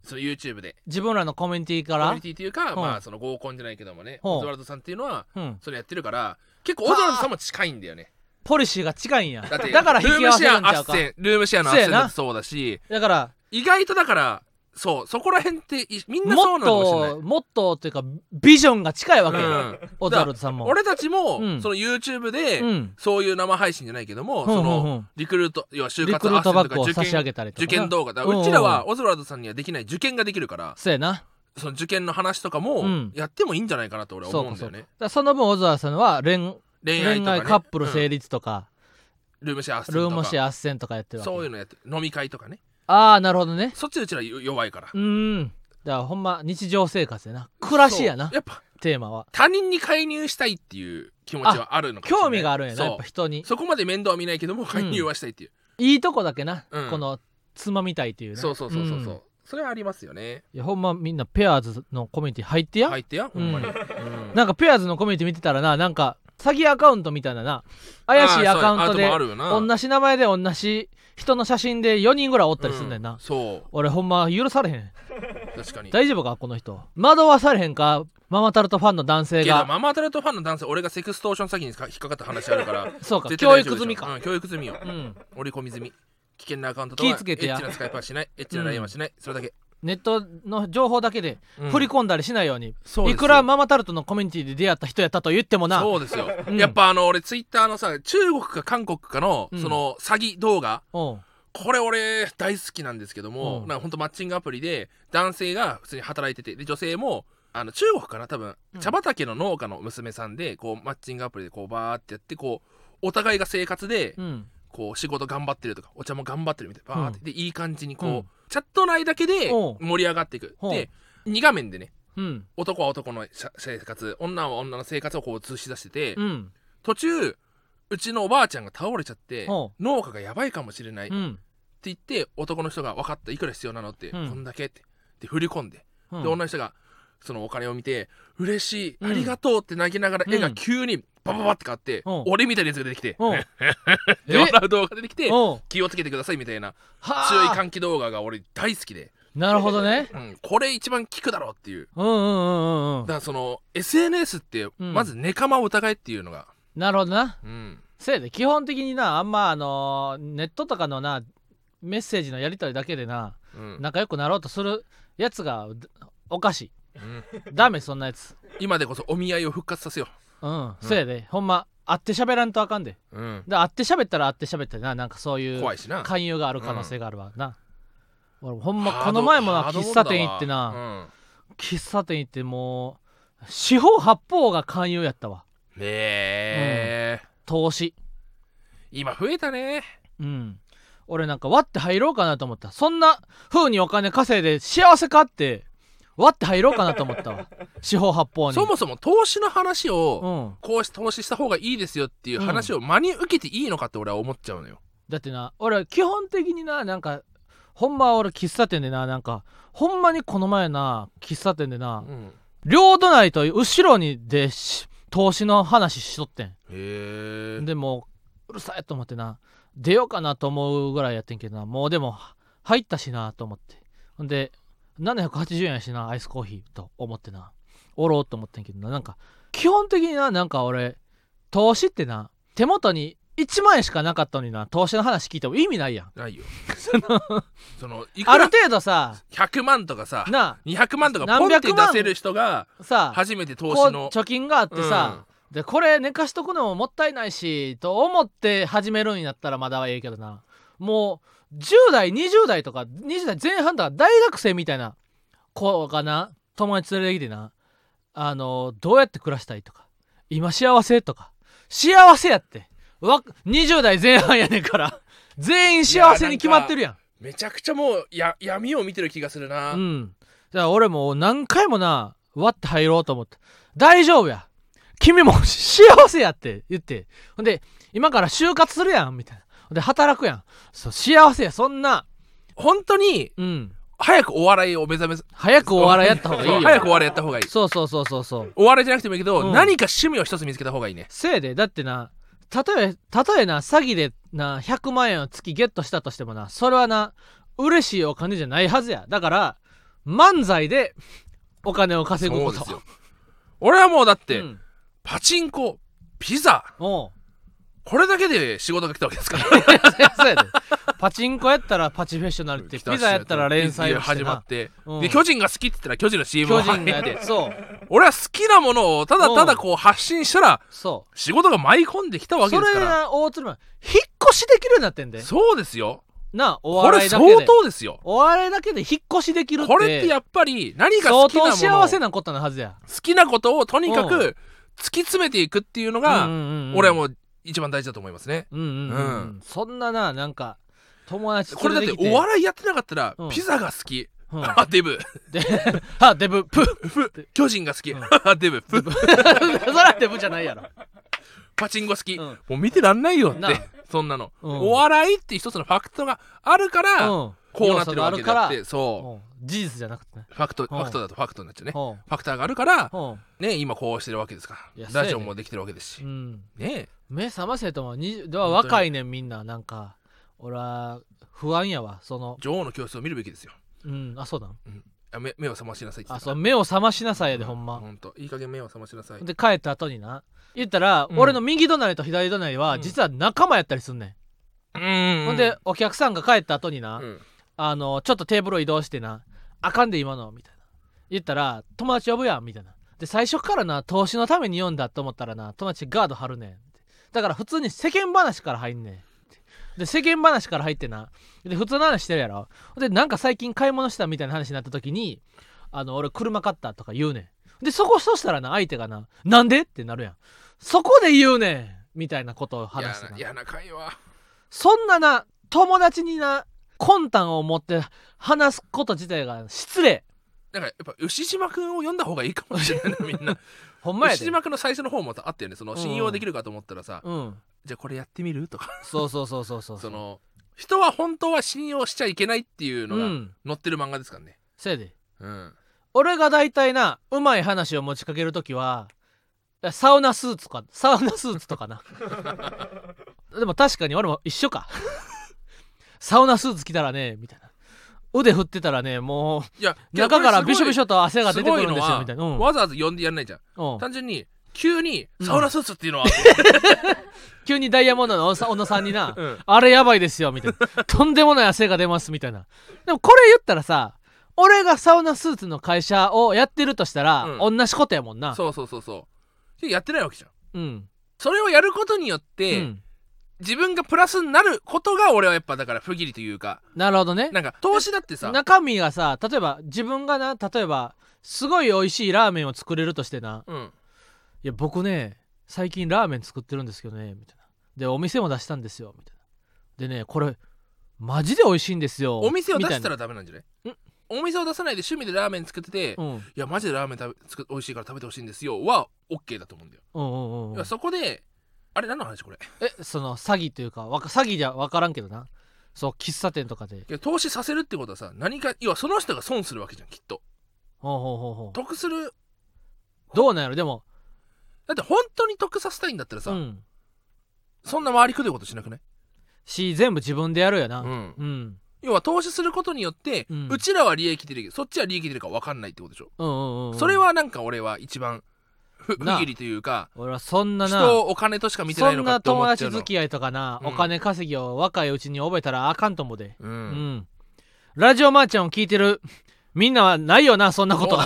Speaker 2: その YouTube で
Speaker 1: 自分らのコミュニティか
Speaker 2: コミュ
Speaker 1: ら
Speaker 2: ニティっていうか
Speaker 1: ん
Speaker 2: まあその合コンじゃないけどもね
Speaker 1: ほう
Speaker 2: オズワルドさんっていうのは
Speaker 1: うん、
Speaker 2: それやってるから結構オズワルドさんも近いんだよね
Speaker 1: ポリシーが近いんやだ
Speaker 2: って
Speaker 1: から
Speaker 2: ル
Speaker 1: 引
Speaker 2: ー
Speaker 1: き合わ
Speaker 2: ム
Speaker 1: せ
Speaker 2: シ
Speaker 1: る
Speaker 2: ェ
Speaker 1: んち
Speaker 2: ア
Speaker 1: ゃ
Speaker 2: あ
Speaker 1: う
Speaker 2: っ
Speaker 1: か
Speaker 2: せんルームシェアのあっ
Speaker 1: そう
Speaker 2: せ
Speaker 1: や
Speaker 2: ん
Speaker 1: な
Speaker 2: だってそうだし
Speaker 1: だから
Speaker 2: 意外とだからそうそこら辺っていみんなそ
Speaker 1: も
Speaker 2: う
Speaker 1: っ
Speaker 2: なのかもしれない
Speaker 1: ともっとっていうかビジョンが近いわけよ、
Speaker 2: うん
Speaker 1: オズワルドさんも
Speaker 2: 俺たちも、
Speaker 1: うん
Speaker 2: その YouTube で、
Speaker 1: うん
Speaker 2: そういう生配信じゃないけども、
Speaker 1: うんうんう
Speaker 2: そ
Speaker 1: ん
Speaker 2: のリクルート要は就
Speaker 1: リ
Speaker 2: 活
Speaker 1: クルート
Speaker 2: 斡旋
Speaker 1: バ
Speaker 2: と
Speaker 1: ッ
Speaker 2: か
Speaker 1: グを
Speaker 2: 受
Speaker 1: 差し上げ
Speaker 2: 験
Speaker 1: たりとか
Speaker 2: 受
Speaker 1: な
Speaker 2: 験動画だ
Speaker 1: うんうん
Speaker 2: うちらはオズワルドさんにはできない受験ができるから
Speaker 1: そうやなだか
Speaker 2: その受験の話とかも
Speaker 1: うん
Speaker 2: やってもいいんじゃないかなと俺は思うんだよね、
Speaker 1: らその分オズワルドさんは恋
Speaker 2: 恋
Speaker 1: 恋
Speaker 2: 愛とか、ね、
Speaker 1: 愛カップル
Speaker 2: うん
Speaker 1: 成立とか、
Speaker 2: ルームシェア斡旋とか
Speaker 1: ルームシェア斡旋とかやってるわけ
Speaker 2: そういうのやって飲み会とかね
Speaker 1: ああなるほどね
Speaker 2: そっちうちら弱いから、
Speaker 1: うんだからほんま日常生活やな暮らしやな
Speaker 2: そうやっぱ
Speaker 1: テーマは
Speaker 2: 他人に介入したいっていう気持ちはあるのかもし
Speaker 1: 興
Speaker 2: れない
Speaker 1: 味があるんやなやっ
Speaker 2: そ
Speaker 1: ぱ人に
Speaker 2: うそこまで面倒は見ないけども介入はしたいっていう、
Speaker 1: いいとこだけな、
Speaker 2: うん
Speaker 1: このつまみたいっていうね
Speaker 2: そうそうそうそうそう、
Speaker 1: ん
Speaker 2: それはありますよね
Speaker 1: いやほんまみんなペアーズのコミュニティ入ってや、
Speaker 2: 入ってやほんまに、
Speaker 1: うん
Speaker 2: うん
Speaker 1: なんかペアーズのコミュニティ見てたらななんか詐欺アカウントみたいなな怪しいアカウントで
Speaker 2: あそうあともあるよな
Speaker 1: 同じ名前で同じ人の写真で4人ぐらいおったりすんねんな、
Speaker 2: うそ
Speaker 1: 俺ほんま許されへん
Speaker 2: う確かに
Speaker 1: 大丈夫かこの人惑わされへんかママタルトファンの男性
Speaker 2: けど
Speaker 1: が
Speaker 2: ママタルトファンの男性俺がセクストーション詐欺に引っかかった話あるから
Speaker 1: そうか
Speaker 2: 絶対
Speaker 1: 教
Speaker 2: 大丈夫で
Speaker 1: 育
Speaker 2: しょ
Speaker 1: 済みか
Speaker 2: うん、教育済みよ、
Speaker 1: うん
Speaker 2: 折り込み済み危険なアカウントとは
Speaker 1: 気ぃつけてや
Speaker 2: エッチな使い方はしないエッチなラインはしない、それだけ、
Speaker 1: ネットの情報だけで
Speaker 2: うん
Speaker 1: 振り込んだりしないように、
Speaker 2: そうです
Speaker 1: い
Speaker 2: よ
Speaker 1: くらママタルトのコミュニティで出会った人やったと言ってもな
Speaker 2: そうですよ、
Speaker 1: うん
Speaker 2: やっぱあの俺ツイッターのさ中国か韓国かの
Speaker 1: うん
Speaker 2: その詐欺動画、
Speaker 1: おう
Speaker 2: これ俺大好きなんですけども、
Speaker 1: うん
Speaker 2: なんかほんとマッチングアプリで男性が普通に働いててで女性もあの中国かな多分
Speaker 1: うん
Speaker 2: 茶畑の農家の娘さんでこうマッチングアプリでこうバーってやってこうお互いが生活で
Speaker 1: うん
Speaker 2: こう仕事頑張ってるとかお茶も頑張ってるみたいなバーって、でいい感じにこう、
Speaker 1: うん
Speaker 2: チャット内だけで
Speaker 1: おう
Speaker 2: 盛り上がっていく
Speaker 1: ほう
Speaker 2: で2画面でね
Speaker 1: うん
Speaker 2: 男は男のし生活女は女の生活をこう映し出してて、
Speaker 1: うん
Speaker 2: 途中うちのおばあちゃんが倒れちゃって
Speaker 1: ほ
Speaker 2: 農家がやばいかもしれない
Speaker 1: うん
Speaker 2: って言って男の人が「分かったいくら必要なの?」って、
Speaker 1: うん
Speaker 2: こんだけ」ってで振り込んで、
Speaker 1: うん
Speaker 2: で女の人がそのお金を見て「嬉しい
Speaker 1: うん
Speaker 2: ありがとう」って泣きながら絵
Speaker 1: う
Speaker 2: が
Speaker 1: ん
Speaker 2: 急にバババって変わって、
Speaker 1: うん
Speaker 2: 俺みたいなやつが出てきて、
Speaker 1: おう
Speaker 2: で
Speaker 1: え
Speaker 2: 笑う動画が出てきて
Speaker 1: おう
Speaker 2: 気をつけてくださいみたいな
Speaker 1: はあ
Speaker 2: 注意喚起動画が俺大好きで、
Speaker 1: なるほどね
Speaker 2: うん、これ一番効くだろうっていう
Speaker 1: うんうんうんうんうん
Speaker 2: だからその SNS って
Speaker 1: ん
Speaker 2: まずネカマを疑えっていうのが、
Speaker 1: なるほどな
Speaker 2: うん、
Speaker 1: せやで基本的になあんまあのーネットとかのなメッセージのやり取りだけでな
Speaker 2: うん
Speaker 1: 仲良くなろうとするやつがおかしい
Speaker 2: うん
Speaker 1: ダメそんなやつ
Speaker 2: 今でこそお見合いを復活させよ
Speaker 1: うん、せやでほんま会って喋らんとあかんで
Speaker 2: う、うん、
Speaker 1: で会って喋ったら会って喋ってななんかそういう
Speaker 2: 怖いしな
Speaker 1: 勧誘がある可能性があるわな、俺ほんま
Speaker 2: ハー
Speaker 1: こ
Speaker 2: ド
Speaker 1: の前もな
Speaker 2: ハード
Speaker 1: 喫茶店行って
Speaker 2: もんだ
Speaker 1: な、
Speaker 2: わうん
Speaker 1: 喫茶店行ってもう四方八方が勧誘やったわ
Speaker 2: ねえ、
Speaker 1: 投資
Speaker 2: 今増えたね
Speaker 1: うん俺なんか割って入ろうかなと思ったそんな風にお金稼いで幸せかって割って入ろうかなと思った わ四方八方に
Speaker 2: そもそも投資の話を
Speaker 1: うん
Speaker 2: こうし投資した方がいいですよっていう話を真に受けていいのかって俺は思っちゃうのよ、
Speaker 1: だってな俺基本的にななんかほんま俺喫茶店でななんかほんまにこの前な喫茶店でな、
Speaker 2: うん
Speaker 1: 両隣と後ろにでし投資の話しとってん
Speaker 2: へえ
Speaker 1: でもううるさいと思ってな出ようかなと思うぐらいやってんけどなもうでもは入ったしなと思ってほんで780円やしなアイスコーヒーと思ってなおろうと思ってんけどななんか基本的にななんか俺投資ってな手元に1万円しかなかったのにな投資の話聞いても意味ないやん
Speaker 2: な いよそのいく
Speaker 1: ある
Speaker 2: ら
Speaker 1: 程度さ
Speaker 2: 100万とかさ
Speaker 1: な
Speaker 2: 200万とか
Speaker 1: 何
Speaker 2: ポンっ
Speaker 1: 百
Speaker 2: て出
Speaker 1: 万
Speaker 2: せる人が
Speaker 1: あさあ
Speaker 2: 初めて投
Speaker 1: こう
Speaker 2: 資の
Speaker 1: 貯金があってさ、でこれ寝かしとくのももったいないしと思って始めるんやったらまだはいいけどなもう10代20代とか20代前半とか大学生みたいな子がな友達連れてきてなあのどうやって暮らしたいとか今幸せとか幸せやってわ20代前半やねんから全員幸せに決まってるやん
Speaker 2: うんめちゃくちゃもうや闇を見てる気がするな、
Speaker 1: うん。じゃあ俺もう何回もな、割って入ろうと思って。大丈夫や。君も幸せやって言って。ほんで、今から就活するやん、みたいな。ほんで、働くやん。そう、幸せや、そんな。
Speaker 2: 本当に
Speaker 1: うん。
Speaker 2: 早くお笑いを目覚めす
Speaker 1: 早くお笑いやった方がいい
Speaker 2: そう
Speaker 1: よ
Speaker 2: 早くお笑いやった方がいい
Speaker 1: そうそうそうそうそう
Speaker 2: お笑いじゃなくてもいいけど、
Speaker 1: うん
Speaker 2: 何か趣味を一つ見つけた方がいいね
Speaker 1: せやでだってなたとえたとえな詐欺でな100万円を月ゲットしたとしてもなそれはな嬉しいお金じゃないはずやだから漫才でお金を稼ぐ
Speaker 2: そ
Speaker 1: こ
Speaker 2: う
Speaker 1: と
Speaker 2: ですよ俺はもうだって、
Speaker 1: うん
Speaker 2: パチンコピザ
Speaker 1: おう
Speaker 2: これだけで仕事が来たわけですから
Speaker 1: そうやでパチンコやったらパチフェッショナルって
Speaker 2: 来たし
Speaker 1: ピザやったら連載をしてな
Speaker 2: 始まって、
Speaker 1: うん
Speaker 2: で巨人が好きって言ったら巨人の CM
Speaker 1: 巨
Speaker 2: を入
Speaker 1: 人
Speaker 2: っ
Speaker 1: がやっててそう
Speaker 2: 俺は好きなものをただただこう発信したら
Speaker 1: そ
Speaker 2: 仕事が舞い込んできた
Speaker 1: う
Speaker 2: わけ
Speaker 1: そ
Speaker 2: です
Speaker 1: れ
Speaker 2: から
Speaker 1: が大鶴間引っ越しできるようになってんで
Speaker 2: そうですよ
Speaker 1: なあお
Speaker 2: こ
Speaker 1: 笑
Speaker 2: れ
Speaker 1: いだけで
Speaker 2: 相当ですよ
Speaker 1: お笑いだけで引っ越しできるって
Speaker 2: これってやっぱり何か
Speaker 1: 相
Speaker 2: 好きなも
Speaker 1: 当
Speaker 2: の
Speaker 1: 幸せなことなはずや
Speaker 2: 好きなことをとにか
Speaker 1: うん
Speaker 2: く突き詰めていくっていうのが、
Speaker 1: うんうんうんうん
Speaker 2: 俺はもう一番大事だと思いますね。
Speaker 1: うんうんうんうん
Speaker 2: う
Speaker 1: そんなななんか友達
Speaker 2: これだってお
Speaker 1: い、
Speaker 2: 笑いやってなかったら、
Speaker 1: うん
Speaker 2: ピザが好き、
Speaker 1: うん
Speaker 2: あデブ
Speaker 1: で あデブプ
Speaker 2: ふ巨人が好き、
Speaker 1: うん
Speaker 2: あデブふ
Speaker 1: そらデブじゃないやろ
Speaker 2: パチンコ好き、
Speaker 1: うん
Speaker 2: もう見てらんないよって
Speaker 1: なあ
Speaker 2: そんなの、
Speaker 1: うん
Speaker 2: お笑いって一つのファクトがあるから、
Speaker 1: うん
Speaker 2: こうなってるわけ
Speaker 1: 要素が
Speaker 2: だ
Speaker 1: あ
Speaker 2: っ
Speaker 1: る
Speaker 2: て
Speaker 1: か
Speaker 2: そう
Speaker 1: ら、うん事実じゃなくてね
Speaker 2: ファクトフ
Speaker 1: うん
Speaker 2: ァクトだとファクトになっちゃうね、
Speaker 1: うん
Speaker 2: ファクターがあるから、
Speaker 1: うん
Speaker 2: ね今こうしてるわけですか
Speaker 1: いや
Speaker 2: ら
Speaker 1: そうや
Speaker 2: ラ
Speaker 1: ね
Speaker 2: ジオもできてるわけですし、
Speaker 1: うん
Speaker 2: ね
Speaker 1: 目覚ませとも20で
Speaker 2: 本
Speaker 1: は
Speaker 2: 当に
Speaker 1: 若いねんみんななんか俺は不安やわその
Speaker 2: 女王の教室を見るべきですよ
Speaker 1: うんあそうなん
Speaker 2: あ目目を覚ましなさいって言
Speaker 1: あ
Speaker 2: ってた
Speaker 1: そう目を覚ましなさいやでほんま
Speaker 2: ほんといい加減目を覚ましなさい
Speaker 1: で帰った後にな言ったら、
Speaker 2: うん
Speaker 1: 俺の右隣と左隣は、
Speaker 2: うん
Speaker 1: 実は仲間やったりすんねん、
Speaker 2: ほ
Speaker 1: ほんで、お客さんが帰った後にな、
Speaker 2: うん
Speaker 1: あのちょっとテーブルを移動してなあかんで今のみたいな言ったら友達呼ぶやんみたいなで最初からな投資のために読んだと思ったらな友達ガード張るねんだから普通に世間話から入んねんで世間話から入ってなで普通の話してるやろでなんか最近買い物したみたいな話になった時にあの俺車買ったとか言うねんでそこそしたらな相手がななんでってなるやんそこで言うねんみたいなことを話してな
Speaker 2: 嫌な嫌な会話
Speaker 1: そんなな友達にな魂胆を持って話すこと自体が失礼
Speaker 2: なんかやっぱ牛島くんを読んだ方がいいかもしれないなみんな
Speaker 1: ほんまやで
Speaker 2: 牛島くんの最初の方もあったよねその信用できるかと思ったらさ、
Speaker 1: うん
Speaker 2: じゃあこれやってみるとか
Speaker 1: そうそうそうそうそう
Speaker 2: その人は本当は信用しちゃいけないっていうの
Speaker 1: う
Speaker 2: が
Speaker 1: ん
Speaker 2: 載ってる漫画ですからね
Speaker 1: せやで
Speaker 2: うん
Speaker 1: 俺が大体なうまい話を持ちかけるときはサウナスーツかサウナスーツとかな でも確かに俺も一緒か サウナスーツ着たらねみたいな腕振ってたらねも
Speaker 2: いや
Speaker 1: う中からビショビシ
Speaker 2: ョ
Speaker 1: ョと汗が出てくるん
Speaker 2: の
Speaker 1: ですよ
Speaker 2: は
Speaker 1: みたいなうん
Speaker 2: わざわざ呼んでやんないじゃん
Speaker 1: うん
Speaker 2: 単純に急に
Speaker 1: うん
Speaker 2: サウナスーツっていうのは、
Speaker 1: 急にダイヤモンドの小野さんにな
Speaker 2: うん
Speaker 1: あれやばいですよみたいなとんでもない汗が出ますみたいなでもこれ言ったらさ俺がサウナスーツの会社をやってるとしたら、
Speaker 2: う
Speaker 1: 同じことやもんな
Speaker 2: そうそうそうそうやってないわけじゃん
Speaker 1: うん、
Speaker 2: それをやることによっ
Speaker 1: う
Speaker 2: て、
Speaker 1: ん、
Speaker 2: 自分がプラスになることが俺はやっぱだから不義理というか
Speaker 1: なるほどね
Speaker 2: なんか投資だってさ
Speaker 1: 中身がさ例えば自分がな例えばすごい美味しいラーメンを作れるとしてな
Speaker 2: うん
Speaker 1: 「いや僕ね最近ラーメン作ってるんですけどね」みたいなでお店も出したんですよみたいなでねこれマジで美味しいんですよ
Speaker 2: お店を出
Speaker 1: みい
Speaker 2: した
Speaker 1: な
Speaker 2: らダメなんじゃない
Speaker 1: ん
Speaker 2: お店を出さないで趣味でラーメン作ってて、
Speaker 1: う
Speaker 2: い
Speaker 1: んうん
Speaker 2: やマジでラーメン食べ作美味しいから食べてほしいんですよは OK だと思うんだよ、
Speaker 1: うんうん
Speaker 2: い
Speaker 1: うん
Speaker 2: やそこであれ何の話これ
Speaker 1: えその詐欺というかわか詐欺じゃ分からんけどなそう喫茶店とかで
Speaker 2: いや投資させるってことはさ何か要はその人が損するわけじゃんきっと
Speaker 1: ほうほうほうほう
Speaker 2: 得する
Speaker 1: どうなんやろでも
Speaker 2: だって本当に得させたいんだったらさ、
Speaker 1: うん
Speaker 2: そんな回りくどいことしなくない、
Speaker 1: し全部自分でやるよな
Speaker 2: う
Speaker 1: うんん、うん、
Speaker 2: 要は投資することによって、
Speaker 1: う
Speaker 2: うんちらは利益出るけどそっちは利益出るか分かんないってことでしょ、
Speaker 1: うんうんうん
Speaker 2: それはなんか俺は一番ふ不
Speaker 1: なあ
Speaker 2: 義理というか
Speaker 1: 俺はそんなな
Speaker 2: 人をお金としか見てない
Speaker 1: そ
Speaker 2: の
Speaker 1: ん
Speaker 2: か
Speaker 1: な
Speaker 2: って思
Speaker 1: 友
Speaker 2: っち
Speaker 1: 達
Speaker 2: ゃうの
Speaker 1: 付き合いとかな、
Speaker 2: うん
Speaker 1: お金稼ぎを若いうちに覚えたらあかんと思うで
Speaker 2: う
Speaker 1: うん、
Speaker 2: ん
Speaker 1: ラジオマーちゃんを聞いてるみんなはないよなそんなこと
Speaker 2: お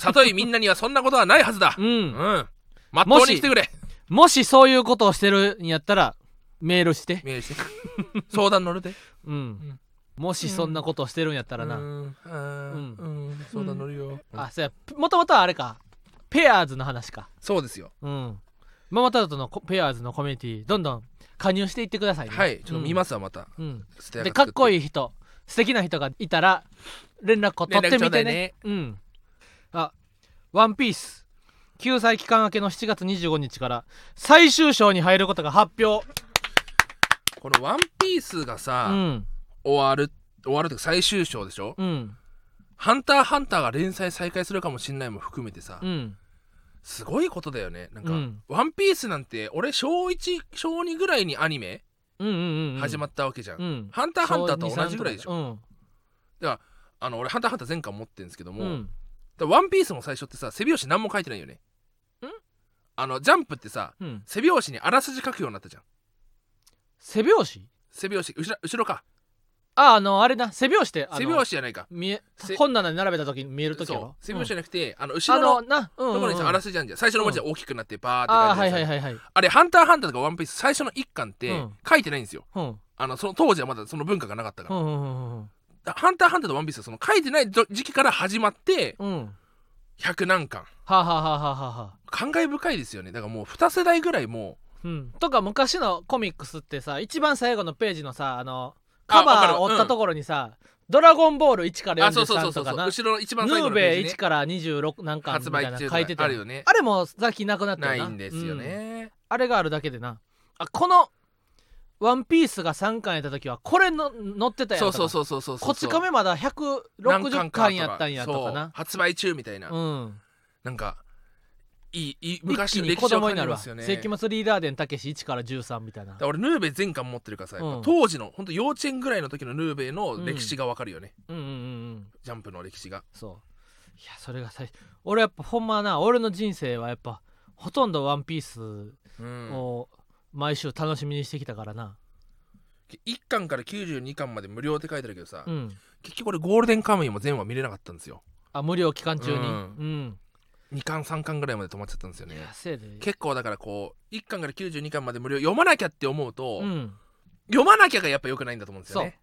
Speaker 2: 里井みんなにはそんなことはないはずだ
Speaker 1: う
Speaker 2: うんんまっとうに来てくれ
Speaker 1: もしそういうことをしてるんやったらメールして
Speaker 2: メー ルして相談乗るで
Speaker 1: うん、もしそんなことをしてるんやったらな、
Speaker 2: うんうんうん相談乗るよ
Speaker 1: あそうやもともとはあれかペアーズの話か
Speaker 2: そうですよ
Speaker 1: うんママタルトのコペアーズのコミュニティどんどん加入していってくださいね
Speaker 2: はいちょっと見ますわまた
Speaker 1: うん、うん
Speaker 2: ステア
Speaker 1: で
Speaker 2: が
Speaker 1: かっ
Speaker 2: 作
Speaker 1: こい
Speaker 2: い
Speaker 1: い人素敵な人がいたら連絡を取って
Speaker 2: 連絡ちょ
Speaker 1: み
Speaker 2: うだ
Speaker 1: て
Speaker 2: い
Speaker 1: ね
Speaker 2: ね
Speaker 1: うんあワンピース救済期間明けの7月25日から最終章に入ることが発表
Speaker 2: この「ワンピースが
Speaker 1: う
Speaker 2: さ
Speaker 1: ん
Speaker 2: 終わる終わるというか最終章でしょ
Speaker 1: うん
Speaker 2: ハンターハンターが連載再開するかもしんないも含めてさ、
Speaker 1: うん
Speaker 2: すごいことだよねなんか、
Speaker 1: うん
Speaker 2: ワンピースなんて俺小1小2ぐらいにアニメ
Speaker 1: うんうんうん
Speaker 2: 始ま
Speaker 1: っ
Speaker 2: ったわけじゃん、
Speaker 1: たうん
Speaker 2: ハンターハンターと同じぐらいでしょ
Speaker 1: ょ
Speaker 2: あの俺ハンターハンター全巻持ってるんですけど
Speaker 1: う
Speaker 2: も、
Speaker 1: んうん
Speaker 2: だからワンピースも最初ってさ背表紙何も書いてないよね
Speaker 1: ん
Speaker 2: あのジャンプってさ
Speaker 1: うん
Speaker 2: 背表紙にあらすじ書くようになったじゃん
Speaker 1: 背拍子
Speaker 2: 背表紙後ろ後ろか
Speaker 1: ああのあれな背拍子ってあの
Speaker 2: 背表紙じゃないか
Speaker 1: 見え
Speaker 2: せ
Speaker 1: 本棚に並べた時に見える時や
Speaker 2: そ
Speaker 1: ろ
Speaker 2: う背表紙じゃなくて、あの
Speaker 1: うん
Speaker 2: 後
Speaker 1: あ
Speaker 2: ろ
Speaker 1: の
Speaker 2: の
Speaker 1: なうん
Speaker 2: と
Speaker 1: うん
Speaker 2: ころに
Speaker 1: う
Speaker 2: さ
Speaker 1: ん
Speaker 2: あらすじあるじゃん最初の文字が大きくなってバーって書いて
Speaker 1: あ
Speaker 2: あ
Speaker 1: ー
Speaker 2: る
Speaker 1: はい
Speaker 2: じゃん
Speaker 1: はいはいはい
Speaker 2: あれ「ハンターハンター」とか「ワンピース最初の一巻って
Speaker 1: うん
Speaker 2: 書いてないんですよ、
Speaker 1: うん
Speaker 2: あのその当時はまだその文化がなかったから
Speaker 1: う、んうん
Speaker 2: だハンターハンターとワンピースはその書いてない時時期から始まって
Speaker 1: うんうん
Speaker 2: 100何巻
Speaker 1: はあはあはあはあはあはあ
Speaker 2: 感慨深いですよねだからもう2世代ぐらいも
Speaker 1: うんとか昔のコミックスってさ一番最後のページのさあの
Speaker 2: あ
Speaker 1: カバー
Speaker 2: わかる
Speaker 1: 折ったところにさ「ドラゴンボール1か
Speaker 2: う
Speaker 1: ら
Speaker 2: あそうそうそ
Speaker 1: 43
Speaker 2: う
Speaker 1: と
Speaker 2: そうそ
Speaker 1: か
Speaker 2: う
Speaker 1: な
Speaker 2: 後ろの一番
Speaker 1: ヌ
Speaker 2: 最後
Speaker 1: ー
Speaker 2: の
Speaker 1: ベ
Speaker 2: ペー
Speaker 1: イ
Speaker 2: ジ、ね
Speaker 1: 1、から26何巻み
Speaker 2: 発
Speaker 1: たい
Speaker 2: 売
Speaker 1: な
Speaker 2: 中
Speaker 1: 書いてた
Speaker 2: とかあ
Speaker 1: あ
Speaker 2: るよね
Speaker 1: あれもさっきなくなった
Speaker 2: な
Speaker 1: よ
Speaker 2: いんですよ
Speaker 1: うん
Speaker 2: ね、
Speaker 1: あれがあるだけでなあこの「ワンピースが3巻やった時はこれの乗ってたやん
Speaker 2: そう
Speaker 1: とか
Speaker 2: そうそうそうそうそう
Speaker 1: こっち亀まだ
Speaker 2: 何巻
Speaker 1: 160
Speaker 2: かとか
Speaker 1: 巻やったんやとか
Speaker 2: そう
Speaker 1: な
Speaker 2: 発売中みたいな、
Speaker 1: うん
Speaker 2: なんかいいいい
Speaker 1: 一
Speaker 2: 昔
Speaker 1: 気
Speaker 2: の
Speaker 1: に
Speaker 2: 歴
Speaker 1: 子
Speaker 2: 史を
Speaker 1: 供に
Speaker 2: 感
Speaker 1: な
Speaker 2: じ
Speaker 1: る
Speaker 2: ま
Speaker 1: わ
Speaker 2: すよね
Speaker 1: 世紀末リーダー伝たけし1から13みたいな
Speaker 2: だから俺ヌーベイ全巻持ってるからさ、やっぱ
Speaker 1: うん
Speaker 2: 当時の本当幼稚園ぐらいの時のヌーベイの歴史がわかるよね、
Speaker 1: うんうんうんうん
Speaker 2: ジャンプの歴史が
Speaker 1: そういやそれが最俺やっぱほんまな俺の人生はやっぱほとんど「ワンピース
Speaker 2: うん
Speaker 1: を毎週楽しみにしてきたからな
Speaker 2: 1巻から92巻まで無料って書いてあるけどさ、
Speaker 1: うん
Speaker 2: 結局俺ゴールデンカムイも全話見れなかったんですよ
Speaker 1: あ無料期間中にう
Speaker 2: うん
Speaker 1: ん
Speaker 2: 2巻3巻ぐらいまで止まっちゃったんですよね
Speaker 1: いやせいで
Speaker 2: 結構だからこう1巻から92巻まで無料読まなきゃって思うと、
Speaker 1: うん
Speaker 2: 読まなきゃがやっぱ良くないんだと思うんですよね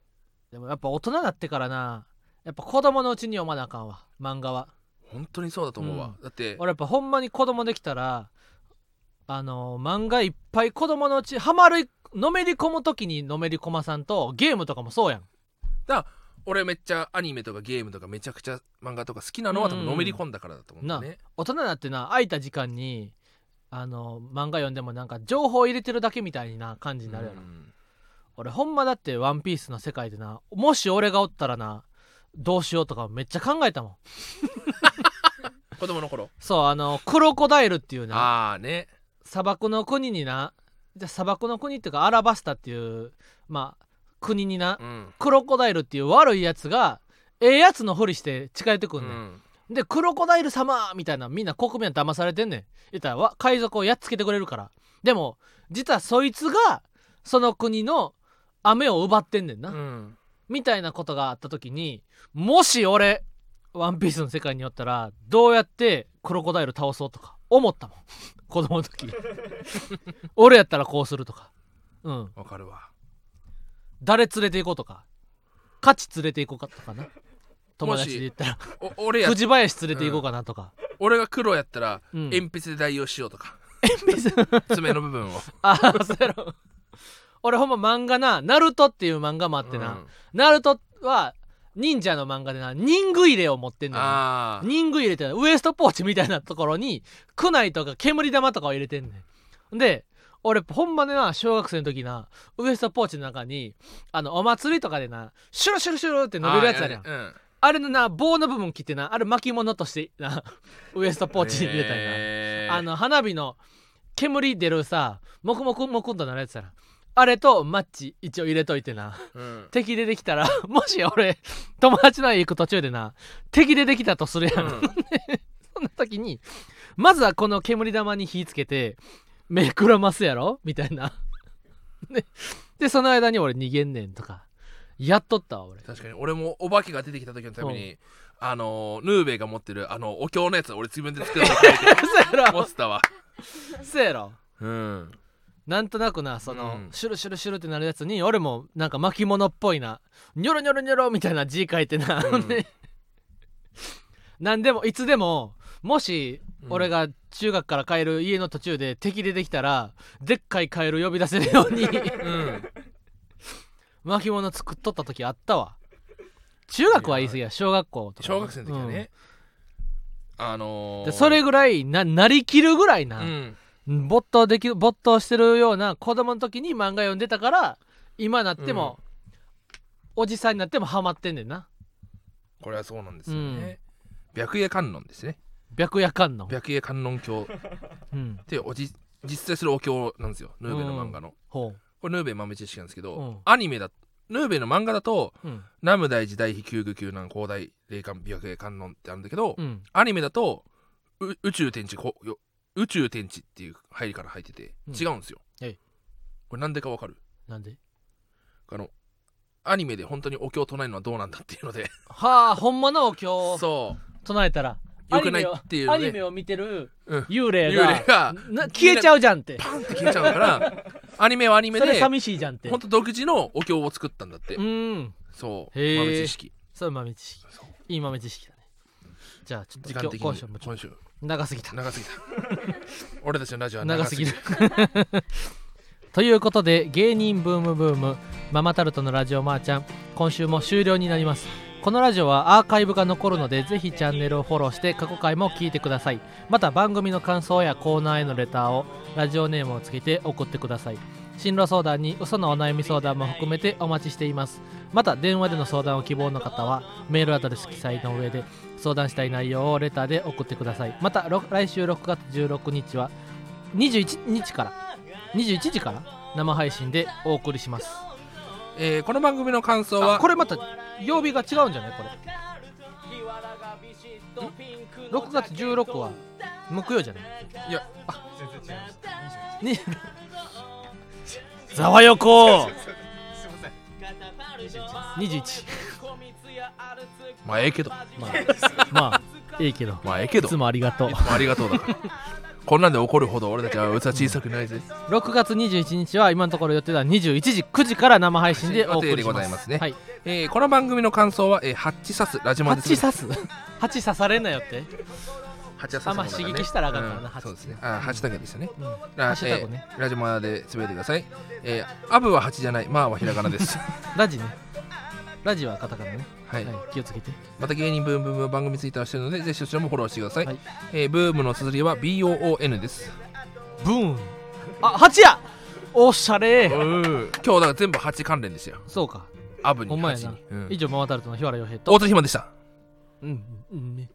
Speaker 1: でもやっぱ大人になってからなやっぱ子供のうちに読まなあかんわ漫画は
Speaker 2: 本当にそうだと思うわ、だって
Speaker 1: 俺やっぱほんまに子供できたらあの漫画いっぱい子供のうちハマるのめり込む時にのめり込まさんとゲームとかもそうやん
Speaker 2: 俺めっちゃアニメとかゲームとかめちゃくちゃ漫画とか好きなのは多分のめり込んだからだと思うんだよね、
Speaker 1: 大人になってな空いた時間にあの漫画読んでもなんか情報入れてるだけみたいな感じになるやろ、
Speaker 2: うん
Speaker 1: 俺ほんまだって「ワンピースの世界でなもし俺がおったらなどうしようとかめっちゃ考えたもん
Speaker 2: 子供の頃
Speaker 1: そうあのクロコダイルっていうね
Speaker 2: ああね
Speaker 1: 砂漠の国になじゃ砂漠の国っていうかアラバスタっていうまあ国にな
Speaker 2: うん、
Speaker 1: クロコダイルっていう悪いやつがええやつのふりして近寄ってく
Speaker 2: うん
Speaker 1: ねん、
Speaker 2: ん、
Speaker 1: でクロコダイル様みたいなみんな国民は騙されてんねん言ったらわ海賊をやっつけてくれるからでも実はそいつがその国の雨を奪ってんねんな、
Speaker 2: うん
Speaker 1: みたいなことがあった時にもし俺ワンピースの世界におったらどうやってクロコダイル倒そうとか思ったもん子供の 時俺やったらこうするとかうん
Speaker 2: わかるわ
Speaker 1: 誰連れて行こうとか価値連れて行こうかとかな友達で言ったら
Speaker 2: お俺や
Speaker 1: 藤林連れて行こうかなとか、
Speaker 2: 俺が黒やったら、
Speaker 1: うん
Speaker 2: 鉛筆で代用しよう とか
Speaker 1: 鉛筆
Speaker 2: 爪の部分を
Speaker 1: ああそうやろ俺ほんま漫画な「ナルトっていう漫画もあってな、
Speaker 2: うん
Speaker 1: ナルトは忍者の漫画でな人具入れを持ってんのよ
Speaker 2: ああ
Speaker 1: 人具入れてウエストポーチみたいなところに区内とか煙玉とかを入れてんねんで俺ほんまねな小学生の時なウエストポーチの中にあのお祭りとかでなシュルシュルシュルって伸びるやつあるやん
Speaker 2: あーうん
Speaker 1: あれのな棒の部分切ってなあれ巻物としてな ウエストポーチに入れたんやな、
Speaker 2: えー
Speaker 1: あの花火の煙出るさもくもくもくんとなるやつやなあれとマッチ一応入れといてな
Speaker 2: うん
Speaker 1: 敵出てきたら もし俺友達の家行く途中でな敵出てきたとするやん、
Speaker 2: うん
Speaker 1: そんな時にまずはこの煙玉に火つけて目くらますやろみたいな ででその間に俺逃げんねんとかやっとったわ俺
Speaker 2: 確かに俺もお化けが出てきた時のためにあのーヌーベイが持ってるあのお経のやつ俺自分で作ったって
Speaker 1: そうや
Speaker 2: 持
Speaker 1: ろ
Speaker 2: ってたわ
Speaker 1: そうやろ
Speaker 2: うん
Speaker 1: なんとなくなその、
Speaker 2: うん
Speaker 1: シュルシュルシュルってなるやつに俺もなんか巻物っぽいなニョロニョロニョロみたいな字書いてな、
Speaker 2: うん
Speaker 1: ね なんでもいつでももし
Speaker 2: うん
Speaker 1: 俺が中学から帰る家の途中で敵出てきたらでっかいカエル呼び出せるよ うに
Speaker 2: うん
Speaker 1: 巻物作っとった時あったわ中学は言い過ぎや小学校とか
Speaker 2: 小学生の時はね、あ
Speaker 1: う
Speaker 2: の
Speaker 1: ん
Speaker 2: ー
Speaker 1: でそれぐらいななりきるぐらいな、
Speaker 2: うん
Speaker 1: 没頭できる没頭してるような子供の時に漫画読んでたから今なっても、おじさんになってもハマってんねんな
Speaker 2: これはそうなんですよね、白夜観音ですね
Speaker 1: 白夜観音、
Speaker 2: 白夜観音教っ
Speaker 1: うん、
Speaker 2: ておじ実在するお経なんですよヌーベの漫画の、
Speaker 1: ほ
Speaker 2: これヌーベ豆知識なんですけど、
Speaker 1: うん
Speaker 2: アニメだヌーベの漫画だと
Speaker 1: ううん
Speaker 2: 「南無大寺大悲救具救難広大霊感白夜観音」ってあるんだけど、
Speaker 1: うん
Speaker 2: アニメだとう宇宙天地こよ宇宙天地っていう入りから入ってて
Speaker 1: うん
Speaker 2: 違うんですよ、
Speaker 1: ええ
Speaker 2: これなんでかわかる
Speaker 1: なんで
Speaker 2: あのアニメで本当にお経を唱えるのはどうなんだっていうの で
Speaker 1: はあほんまのお経を
Speaker 2: そ
Speaker 1: 唱えたら
Speaker 2: うよくないっていう
Speaker 1: ア
Speaker 2: の
Speaker 1: ニメ
Speaker 2: で
Speaker 1: を見てる
Speaker 2: うん
Speaker 1: 幽霊
Speaker 2: 幽
Speaker 1: が,、
Speaker 2: 霊が
Speaker 1: な消えちゃうじゃんって
Speaker 2: パンって消えちゃう からアニメはアニメ
Speaker 1: それ
Speaker 2: で
Speaker 1: 寂しいじゃんって
Speaker 2: 本当独自のお経を作ったんだって
Speaker 1: うん
Speaker 2: そう
Speaker 1: へえ
Speaker 2: 豆知識
Speaker 1: それ豆知識
Speaker 2: そう
Speaker 1: いい豆知識だねじゃあちょっと
Speaker 2: 時
Speaker 1: 今
Speaker 2: 間
Speaker 1: 日
Speaker 2: 的
Speaker 1: 今
Speaker 2: に
Speaker 1: 週もちょっ
Speaker 2: 今週
Speaker 1: と長すぎた
Speaker 2: 長すぎた 俺たちのラジオは
Speaker 1: 長すぎるということで芸人ブームブームママタルトのラジオマーちゃん今週も終了になりますこのラジオはアーカイブが残るのでぜひチャンネルをフォローして過去回も聞いてくださいまた番組の感想やコーナーへのレターをラジオネームをつけて送ってください進路相談に嘘のお悩み相談も含めてお待ちしていますまた電話での相談を希望の方はメールアドレス記載の上で相談したい内容をレターで送ってくださいまたろ来週6月16日は21日から21時から生配信でお送りします
Speaker 2: えーこの番組の感想
Speaker 1: あ
Speaker 2: は
Speaker 1: これまた曜日が違うんじゃないこれ6
Speaker 3: 6
Speaker 1: 月
Speaker 3: 月
Speaker 1: 16
Speaker 3: 16
Speaker 1: は
Speaker 3: は
Speaker 1: 木曜じゃない
Speaker 2: いや
Speaker 4: 全然違いました。
Speaker 1: にざわよこ
Speaker 4: すみません。
Speaker 1: 21
Speaker 2: まあええけど
Speaker 1: まあまあいいけど
Speaker 2: まあええけ
Speaker 1: い
Speaker 2: ど
Speaker 1: つもありがとう
Speaker 2: ありがとうだからこんなんで怒るほど俺たちは器小さくないぜ
Speaker 1: 6月21日は今のところ予定は21時9時から生配信でお送りし
Speaker 2: 予定でご
Speaker 1: ま
Speaker 2: ざい
Speaker 1: す
Speaker 2: ますね
Speaker 1: はい、
Speaker 2: えーこの番組の感想は、えー、ハッチサスラジマンです
Speaker 1: 蜂刺す蜂刺されんなよって、
Speaker 2: ハッチサスの方が
Speaker 1: あ
Speaker 2: ね
Speaker 1: んま刺激したらあかんからなハ
Speaker 2: う
Speaker 1: ッ
Speaker 2: ん、
Speaker 1: チ
Speaker 2: そうですねあハッチだけですよね
Speaker 1: うん
Speaker 2: あ
Speaker 1: ハッシュタグね
Speaker 2: えーラジマでつぶやいてくださいえー、アブはハチじゃないまあはひらがなです
Speaker 1: ラジねラジはカタカナね、
Speaker 2: は い、
Speaker 1: はい、気をつけて
Speaker 2: また芸人ブームブーム番組ツイッターをしているのでぜひそちらもフォローしてください、
Speaker 1: はい
Speaker 2: えーブームの綴りは BOON です
Speaker 1: ブーンあ蜂やおしゃれ
Speaker 2: 今日だから全部ハチ関連ですよ
Speaker 1: そうか
Speaker 2: アブ
Speaker 1: ほ
Speaker 2: に
Speaker 1: んま
Speaker 2: ハ
Speaker 1: や
Speaker 2: チ
Speaker 1: な
Speaker 2: に、うん
Speaker 1: 以上ママタルトの日原洋平と
Speaker 2: 大津ひまでした
Speaker 1: うんうんね